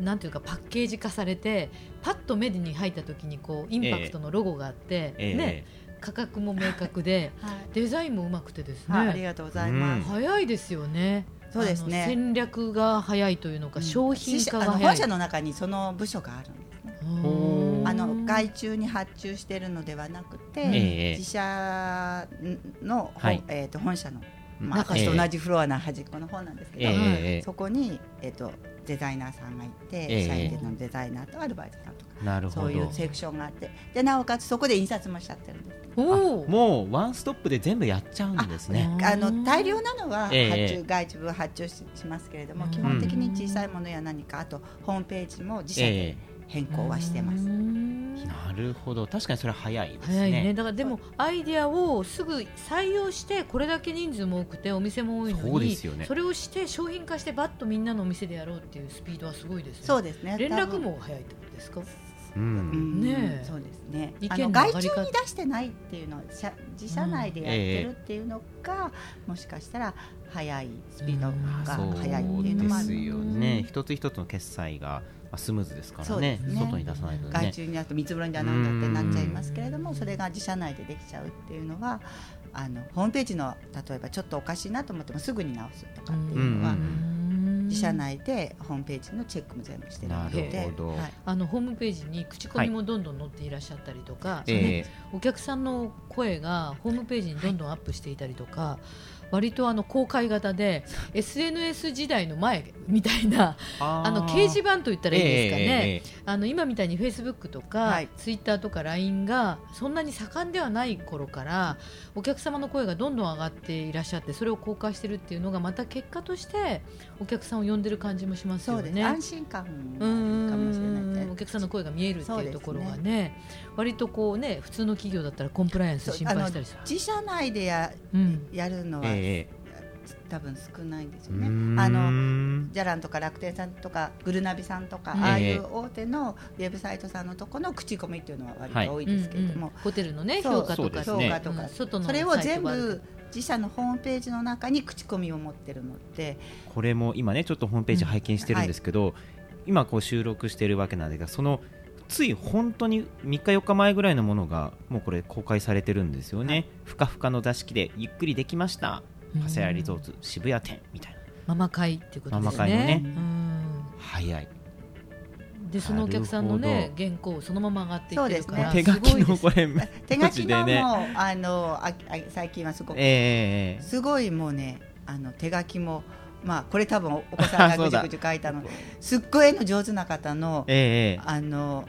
[SPEAKER 1] なんていうかパッケージ化されてパッと目に入った時にこうインパクトのロゴがあって、
[SPEAKER 2] ええ
[SPEAKER 1] ね、価格も明確 でデザインもうまくてですね、
[SPEAKER 3] はい、ありがとうございます、
[SPEAKER 1] 早いですよね。
[SPEAKER 3] そうですね
[SPEAKER 1] あの戦略が早いというのか、商品化が
[SPEAKER 3] あの
[SPEAKER 1] 早
[SPEAKER 3] 本
[SPEAKER 1] い。
[SPEAKER 3] 社の中にその部署があるんですね
[SPEAKER 1] うーん
[SPEAKER 3] あの外注に発注しているのではなくて、
[SPEAKER 2] ええ
[SPEAKER 3] 自社の、
[SPEAKER 2] はい
[SPEAKER 3] えー、と本社の、まあ、
[SPEAKER 1] 中
[SPEAKER 3] 私と同
[SPEAKER 2] え
[SPEAKER 3] じフロアの端っこの方なんですけ
[SPEAKER 2] ええ
[SPEAKER 3] ど、
[SPEAKER 2] えええ
[SPEAKER 3] そこに、えー、とデザイナーさんがいて、
[SPEAKER 2] ええ
[SPEAKER 3] 社員のデザイナーとアルバイトさんとか
[SPEAKER 2] えなる
[SPEAKER 3] そ
[SPEAKER 2] ほ
[SPEAKER 3] ういう
[SPEAKER 2] ど
[SPEAKER 3] セクションがあってでなおかつそこで印刷もしちゃってるんです。
[SPEAKER 1] おお。
[SPEAKER 2] もうワンストップで全部やっちゃうんですね
[SPEAKER 1] うん
[SPEAKER 3] あの大量なのは発注、
[SPEAKER 2] ええええ
[SPEAKER 3] 外注部発注ししますけれども、
[SPEAKER 1] うん
[SPEAKER 3] 基本的に小さいものや何かあとホームページも自社で
[SPEAKER 2] え
[SPEAKER 3] 変更はしてます。
[SPEAKER 2] えなるほど確かにそれは早いです
[SPEAKER 1] 早いね。
[SPEAKER 2] ね
[SPEAKER 1] だからでもアイディアをすぐ採用してこれだけ人数も多くてお店も多いのに
[SPEAKER 2] そうですよね
[SPEAKER 1] それをして商品化してバッとみんなのお店でやろうっていうスピードはすごいですね。
[SPEAKER 3] そうですね。
[SPEAKER 1] 連
[SPEAKER 3] 多
[SPEAKER 1] 絡
[SPEAKER 3] 分
[SPEAKER 1] も早いってことですか。
[SPEAKER 2] う
[SPEAKER 3] うんん
[SPEAKER 1] ねえ
[SPEAKER 3] そうですね。
[SPEAKER 1] 意
[SPEAKER 3] あ
[SPEAKER 1] 見
[SPEAKER 3] の
[SPEAKER 1] の上
[SPEAKER 3] 外
[SPEAKER 1] がり
[SPEAKER 3] 注
[SPEAKER 1] 方
[SPEAKER 3] に出してないっていうのは社自社内でやってるっていうのが、もしかしたら早いスピードが
[SPEAKER 2] そう
[SPEAKER 3] 早いっていうのもあ
[SPEAKER 2] です
[SPEAKER 3] る。
[SPEAKER 2] よね一つ一つの決済がまあスムーズですから
[SPEAKER 3] そう
[SPEAKER 2] ね
[SPEAKER 3] ですね
[SPEAKER 2] 外に出さないと
[SPEAKER 3] 外
[SPEAKER 2] ね
[SPEAKER 3] 注になると三つぶりだなんだってなっちゃいますけれども、それが自社内でできちゃうっていうのは。あのホームページの例えばちょっとおかしいなと思ってもすぐに直すとかっていうのは、
[SPEAKER 2] うんうん
[SPEAKER 1] 自
[SPEAKER 3] 自社内でホームページのチェックも全部してるので
[SPEAKER 2] なるほど
[SPEAKER 3] はい
[SPEAKER 1] あのホームページに口コミもどんどん載っていらっしゃったりとか、
[SPEAKER 2] え
[SPEAKER 1] ね
[SPEAKER 2] え
[SPEAKER 1] お客さんの声がホームページにどんどんアップしていたりとか、割とあの公開型で SNS 時代の前みたいな
[SPEAKER 2] あー
[SPEAKER 1] あの掲示板と言ったらいいですかね、
[SPEAKER 2] ええええ
[SPEAKER 1] あの今みたいに Facebook とか
[SPEAKER 3] はい
[SPEAKER 1] Twitter とか LINE がそんなに盛んではない頃からお客様の声がどんどん上がっていらっしゃってそれを公開してるっていうのがまた結果としてお客さんを呼んでる感じもします
[SPEAKER 3] そ
[SPEAKER 1] よ
[SPEAKER 3] うです、
[SPEAKER 1] ね
[SPEAKER 3] 安。心感
[SPEAKER 1] う
[SPEAKER 3] もあるかもしれないで
[SPEAKER 1] ん
[SPEAKER 3] す
[SPEAKER 1] お客さんの声が見えるっていうところが
[SPEAKER 3] そう
[SPEAKER 1] ね
[SPEAKER 3] で
[SPEAKER 1] 割とこうね普通の企業だったらコンプライアンス
[SPEAKER 3] そう
[SPEAKER 1] 心
[SPEAKER 3] あの
[SPEAKER 1] 配したりする。
[SPEAKER 3] 自社内でや
[SPEAKER 1] うん
[SPEAKER 3] やるのは、
[SPEAKER 2] え
[SPEAKER 3] 多分少ないんです
[SPEAKER 2] え
[SPEAKER 3] よね。あのジャランとか楽天さんとかグルナビさんとか、
[SPEAKER 1] うん
[SPEAKER 3] ああいう大手のウェブサイトさんのとこの口コミっていうのは割と多いですけれども、
[SPEAKER 1] うんうんホテルのね
[SPEAKER 3] そう
[SPEAKER 1] 評価とか
[SPEAKER 2] そうですね
[SPEAKER 3] 評価とか
[SPEAKER 1] うん外の
[SPEAKER 3] それを
[SPEAKER 1] サイ
[SPEAKER 3] 全
[SPEAKER 1] トがある
[SPEAKER 3] 部自社のホームページの中に口コミを持ってるので
[SPEAKER 2] これも今ねちょっとホームページ拝見してるんですけど、今こう収録してるわけなんですがそのつい本当に3日4日前ぐらいのものがもうこれ公開されてるんですよね、ふかふかの座敷でゆっくりできました
[SPEAKER 1] うん
[SPEAKER 2] パセラリゾーツ渋谷店みたいな
[SPEAKER 1] ママ会っていうことですね。
[SPEAKER 2] ママ会のね
[SPEAKER 1] うん
[SPEAKER 2] 早い
[SPEAKER 1] でそのお客さんの
[SPEAKER 2] なる
[SPEAKER 1] ね原稿をそのまま上がっていってるか
[SPEAKER 3] いや
[SPEAKER 1] ら
[SPEAKER 2] 手書き
[SPEAKER 1] すご
[SPEAKER 2] の
[SPEAKER 1] いです
[SPEAKER 2] これ
[SPEAKER 3] 手書
[SPEAKER 2] マ
[SPEAKER 3] き
[SPEAKER 2] ジ
[SPEAKER 3] のも、
[SPEAKER 2] でね
[SPEAKER 3] あのああ最近はすごく、
[SPEAKER 2] ええええええ
[SPEAKER 3] すごいもうねあの手書きもまあこれ多分お子さんが
[SPEAKER 2] そう
[SPEAKER 3] ぐじ
[SPEAKER 2] だ
[SPEAKER 3] ゅぐじゅ書いたのすっごい絵の上手な方の
[SPEAKER 2] えええ
[SPEAKER 3] あの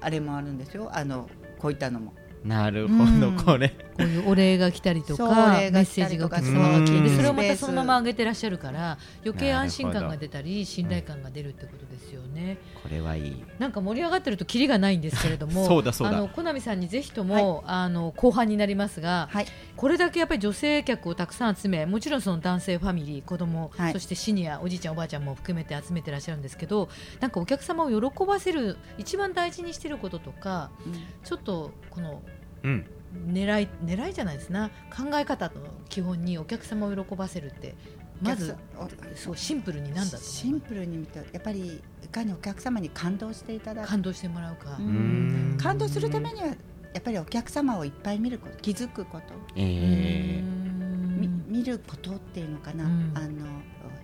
[SPEAKER 3] あれもあるんですよあのこういったのも。
[SPEAKER 2] えなるほど
[SPEAKER 3] うん
[SPEAKER 2] これ
[SPEAKER 1] こういうお礼が来たりと
[SPEAKER 3] そう
[SPEAKER 1] か
[SPEAKER 3] お
[SPEAKER 1] メ
[SPEAKER 3] 礼
[SPEAKER 1] ッ
[SPEAKER 3] が
[SPEAKER 1] セー
[SPEAKER 3] 来た
[SPEAKER 1] ジ
[SPEAKER 3] り
[SPEAKER 1] が
[SPEAKER 3] と
[SPEAKER 1] 来
[SPEAKER 3] か
[SPEAKER 1] てで
[SPEAKER 3] うん
[SPEAKER 1] それをまたそのまま上げてらっしゃるから余計安心感が出たり信頼感が出るってことですよね。
[SPEAKER 2] これはいい
[SPEAKER 1] なんか盛り上がってるとキリがないんですけれども
[SPEAKER 2] そうだそうだ
[SPEAKER 1] あのコナミさんにぜひとも、あの後半になりますが、
[SPEAKER 3] はい
[SPEAKER 1] これだけやっぱり女性客をたくさん集めもちろんその男性ファミリー子供、
[SPEAKER 3] はい
[SPEAKER 1] そしてシニアおじいちゃんおばあちゃんも含めて集めてらっしゃるんですけどなんかお客様を喜ばせる一番大事にしてることとか
[SPEAKER 3] うん
[SPEAKER 1] ちょっとこの
[SPEAKER 2] うん
[SPEAKER 1] 狙い狙いじゃないですな考え方の基本にお客様を喜ばせるってまず
[SPEAKER 3] お客さん
[SPEAKER 1] そうシンプルになんだと思
[SPEAKER 3] シンプルに見たやっぱりいかにお客様に感動していただ
[SPEAKER 1] う
[SPEAKER 3] く
[SPEAKER 1] 感動してもらうか、
[SPEAKER 3] う
[SPEAKER 2] うんん
[SPEAKER 3] 感動するためにはやっぱりお客様をいっぱい見ること気づくこと、
[SPEAKER 2] え
[SPEAKER 3] み
[SPEAKER 1] み
[SPEAKER 3] 見ることっていうのかな、
[SPEAKER 1] うん
[SPEAKER 3] あの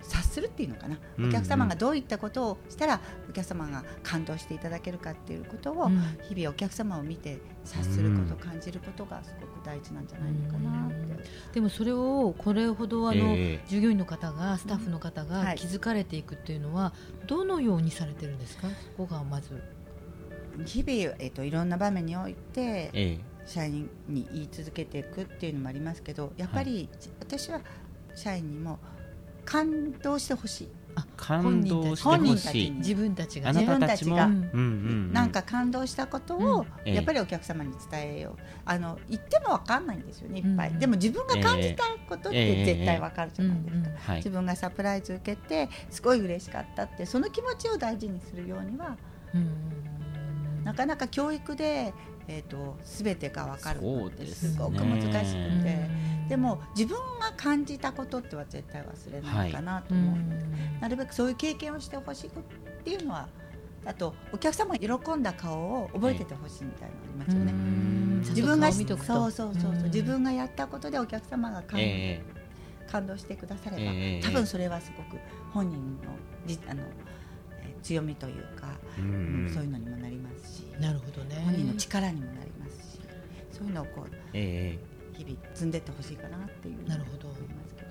[SPEAKER 3] 察するっていうのかな、
[SPEAKER 2] うん
[SPEAKER 3] お客様がどういったことをしたらお客様が感動していただけるかっていうことを、
[SPEAKER 1] うん
[SPEAKER 3] 日々お客様を見て察すること、
[SPEAKER 2] うん
[SPEAKER 3] 感じることがすごく大事なんじゃないのかなって、
[SPEAKER 1] でもそれをこれほどあ
[SPEAKER 2] ー
[SPEAKER 1] の、
[SPEAKER 2] え
[SPEAKER 1] 従業員の方がスタッフの方
[SPEAKER 3] うんは
[SPEAKER 1] が
[SPEAKER 3] い
[SPEAKER 1] 気づかれていくっていうのはどのようにされてるんですかそこがまず、
[SPEAKER 3] 日々、えっといろんな場面におい
[SPEAKER 2] ー
[SPEAKER 3] て
[SPEAKER 2] え
[SPEAKER 3] 社員に言い続けていくっていうのもありますけどやっぱり、じ私は社員にも感動してほしい、
[SPEAKER 2] ー感動して
[SPEAKER 3] 本
[SPEAKER 2] ほ
[SPEAKER 3] 人たち
[SPEAKER 2] しい
[SPEAKER 3] うん
[SPEAKER 1] 自分たちが
[SPEAKER 2] あな
[SPEAKER 1] ね
[SPEAKER 2] たたちも
[SPEAKER 3] 自分たちが
[SPEAKER 1] うん
[SPEAKER 2] うんうん
[SPEAKER 3] なんか感動したことを、
[SPEAKER 2] うん
[SPEAKER 3] やっぱりお客様に伝えよう、あの言っても分かんないんですよねいっぱい、
[SPEAKER 1] うん
[SPEAKER 3] でも自分が感じたことっ
[SPEAKER 2] ええ
[SPEAKER 3] て絶対分かるじゃないですか、
[SPEAKER 1] うんうん
[SPEAKER 2] はい
[SPEAKER 3] 自分がサプライズ受けてすごい嬉しかったってその気持ちを大事にするようには
[SPEAKER 1] うん
[SPEAKER 3] なかなか教育で、えー、と全てが分かるのってすごく
[SPEAKER 1] そう
[SPEAKER 3] 難
[SPEAKER 2] ですね
[SPEAKER 3] しくて
[SPEAKER 1] うん
[SPEAKER 3] で,、も自分が感じたことっては絶対忘れないかなと思う、なるべくそういう経験をしてほしいっていうのはあとお客様喜んだ顔を覚えててほしいみたいなのありますよね。
[SPEAKER 1] うん
[SPEAKER 2] ちゃん
[SPEAKER 3] 自分が
[SPEAKER 1] ちゃんと顔見とくと
[SPEAKER 3] そうそうそうそう、
[SPEAKER 1] うん
[SPEAKER 3] 自分がやったことでお客様が感,、
[SPEAKER 2] え
[SPEAKER 3] 感動してくだされば、
[SPEAKER 2] ええ
[SPEAKER 3] 多分それはすごく本人のじあのえー強みというか、
[SPEAKER 2] ーうん
[SPEAKER 3] そういうのにもなりますし、
[SPEAKER 1] なるほどね
[SPEAKER 3] 本人の力にもなりますしそういうのをこう
[SPEAKER 2] え
[SPEAKER 3] 日々積んでってほしいかなっていう
[SPEAKER 1] なるほど
[SPEAKER 3] 思いますけど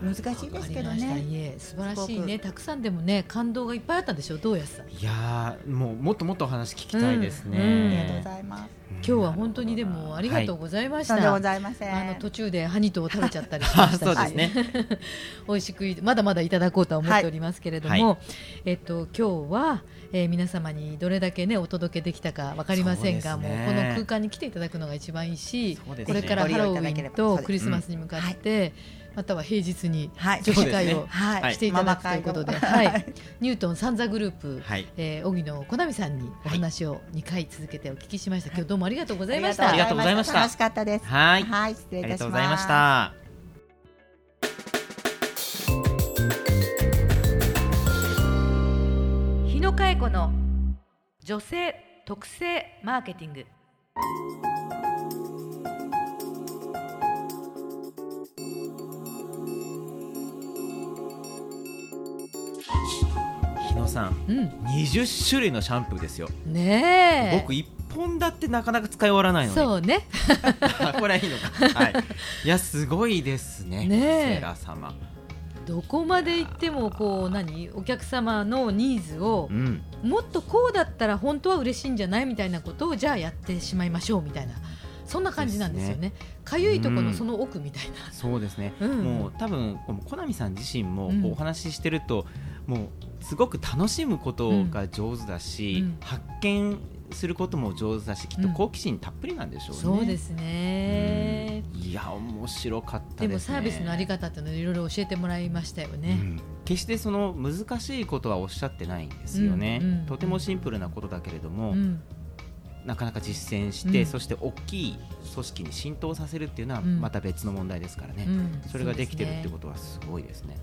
[SPEAKER 2] ー
[SPEAKER 3] 難しいですけど
[SPEAKER 1] わかりました
[SPEAKER 3] ね
[SPEAKER 1] いえ素晴らしい
[SPEAKER 3] す
[SPEAKER 1] ね
[SPEAKER 3] ご
[SPEAKER 1] たくさんでもね感動がいっぱいあったんでしょどうやさん
[SPEAKER 2] いやーもうもっともっとお話聞きたいです
[SPEAKER 1] うん
[SPEAKER 3] ありが
[SPEAKER 2] ね
[SPEAKER 3] とうご。ざいます、
[SPEAKER 2] 今
[SPEAKER 1] 今日は本当にでもありがとうございまし
[SPEAKER 3] と
[SPEAKER 1] た、
[SPEAKER 3] んでもございません
[SPEAKER 1] あの途中でハニトを食べちゃったりし ました
[SPEAKER 2] そう
[SPEAKER 1] し
[SPEAKER 2] ですね。
[SPEAKER 1] 美味しくいまだまだいただこうとは思っておりますけれども、
[SPEAKER 2] はいは
[SPEAKER 1] えっと今日は、えー皆様にどれだけねお届けできたかわかりませんが、
[SPEAKER 2] そう
[SPEAKER 1] も
[SPEAKER 2] で
[SPEAKER 1] う
[SPEAKER 2] すね
[SPEAKER 1] この空間に来ていただくのが一番いいし、
[SPEAKER 2] そうです
[SPEAKER 1] こ
[SPEAKER 2] ね
[SPEAKER 1] れから
[SPEAKER 3] ぜ
[SPEAKER 1] ハ
[SPEAKER 3] ひ
[SPEAKER 1] ロウ
[SPEAKER 3] ご利用いただけ
[SPEAKER 1] ィ
[SPEAKER 3] れ
[SPEAKER 1] ン
[SPEAKER 3] ばそ
[SPEAKER 1] と
[SPEAKER 3] うです
[SPEAKER 1] クリスマスに向かって、または平日に
[SPEAKER 3] はい
[SPEAKER 1] 女
[SPEAKER 2] そう
[SPEAKER 1] 子
[SPEAKER 2] ですね
[SPEAKER 1] 会を
[SPEAKER 3] はい
[SPEAKER 1] していただくということで、
[SPEAKER 3] ママ
[SPEAKER 1] は
[SPEAKER 3] 会
[SPEAKER 1] い
[SPEAKER 3] の
[SPEAKER 1] ニュートンサンザグループ、
[SPEAKER 2] はい。
[SPEAKER 1] えー、荻野小波さんにお話を2回続けてお聞きしました、今日どうもありがとうございました。
[SPEAKER 2] ありがとうございました
[SPEAKER 3] 楽しかったです
[SPEAKER 2] はい。あ
[SPEAKER 3] はい、失礼い
[SPEAKER 2] り
[SPEAKER 3] たし
[SPEAKER 2] がと
[SPEAKER 3] ます。
[SPEAKER 2] うございました。
[SPEAKER 1] 日野佳恵子の女性特性マーケティング
[SPEAKER 2] 日野さん、
[SPEAKER 1] うん
[SPEAKER 2] 20種類のシャンプーですよ。
[SPEAKER 1] ねえ
[SPEAKER 2] 僕一本だってなかなか使い終わらないのに。
[SPEAKER 1] そうね
[SPEAKER 2] これはいいのか。はい。いやすごいですね。
[SPEAKER 1] ねえ
[SPEAKER 2] セーラ様。
[SPEAKER 1] どこまで行ってもこう何お客様のニーズを
[SPEAKER 2] うん。
[SPEAKER 1] もっとこうだったら本当は嬉しいんじゃないみたいなことをじゃあやってしまいましょうみたいなそんな感じなんですよねかゆいとこのその奥みたいな、
[SPEAKER 2] そうですね。
[SPEAKER 1] うん
[SPEAKER 2] もう多分このコナミさん自身も
[SPEAKER 1] うん
[SPEAKER 2] こうお話ししてると、もうすごく楽しむことが上手だし、
[SPEAKER 1] うん
[SPEAKER 2] 発見することも上手だしきっと好奇心たっぷりなんでしょうね。
[SPEAKER 1] そうですね
[SPEAKER 2] うんいや面白かったです
[SPEAKER 1] で
[SPEAKER 2] ね
[SPEAKER 1] もサービスのあり方っていうのをいろいろ教えてもらいましたよ
[SPEAKER 2] う
[SPEAKER 1] ね、
[SPEAKER 2] ん決してその難しいことはおっしゃってないんですよね、
[SPEAKER 1] うんうん
[SPEAKER 2] とてもシンプルなことだけれども、
[SPEAKER 1] うん
[SPEAKER 2] なかなか実践して、
[SPEAKER 1] うん
[SPEAKER 2] そして大きい組織に浸透させるっていうのは
[SPEAKER 1] うん
[SPEAKER 2] また別の問題ですからね、
[SPEAKER 1] うん
[SPEAKER 2] それができてる
[SPEAKER 1] そう
[SPEAKER 2] っ
[SPEAKER 1] す
[SPEAKER 2] て
[SPEAKER 1] ね
[SPEAKER 2] ことはすごいですね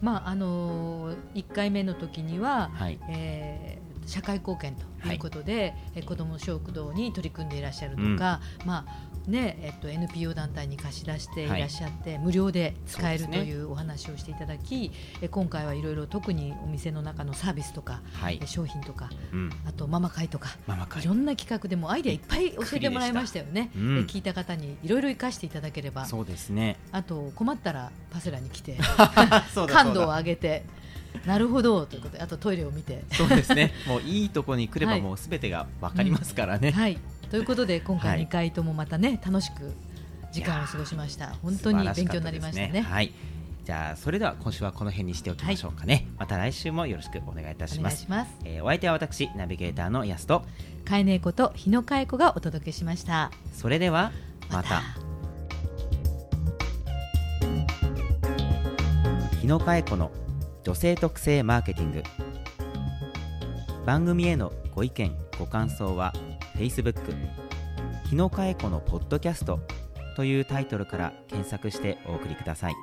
[SPEAKER 1] まああのー、1回目の時には、
[SPEAKER 2] はい
[SPEAKER 1] えー社会貢献ということで、えー子ども食堂に取り組んでいらっしゃるとか、まあねえっと、NPO 団体に貸し出していらっしゃって、無料で使える
[SPEAKER 2] そう
[SPEAKER 1] と
[SPEAKER 2] ですね
[SPEAKER 1] いうお話をしていただき、えー今回はいろいろ特にお店の中のサービスとか、
[SPEAKER 2] はい
[SPEAKER 1] えー、商品とか
[SPEAKER 2] うん、
[SPEAKER 1] あとママ会とか
[SPEAKER 2] ママ会
[SPEAKER 1] いろんな企画でもアイデアいっぱい教えてもらいましたよね。
[SPEAKER 2] うん
[SPEAKER 1] えー聞いた方にいろいろ生かしていただければ
[SPEAKER 2] そうで すね
[SPEAKER 1] あと困ったらパセラに来て。
[SPEAKER 2] そうだ
[SPEAKER 1] 感度を上げてなるほどということであとトイレを見 て。
[SPEAKER 2] そうだそうですねもういいとこに来れ
[SPEAKER 1] は
[SPEAKER 2] ば
[SPEAKER 1] い
[SPEAKER 2] もうすべてがわかりますからね、
[SPEAKER 1] はいということで今
[SPEAKER 2] は
[SPEAKER 1] 回
[SPEAKER 2] い
[SPEAKER 1] 2回ともまたね楽しく時間を過ごしました本当に勉強になりました
[SPEAKER 2] 素晴らかったです
[SPEAKER 1] ね。
[SPEAKER 2] はいじゃあそれでは今週はこの辺にしておきましょうかね、また来週もよろしくお願いいたし
[SPEAKER 1] お
[SPEAKER 2] ま
[SPEAKER 1] 願い
[SPEAKER 2] す
[SPEAKER 1] します。
[SPEAKER 2] えーお相手は私ナビゲーターのやすと
[SPEAKER 1] かえねえこと日野かえ子がお届けしました。
[SPEAKER 2] それではまた日野佳恵子の女性特性マーケティング番組へのご意見ご感想は Facebook 日日野佳恵子のポッドキャストというタイトルから検索してお送りください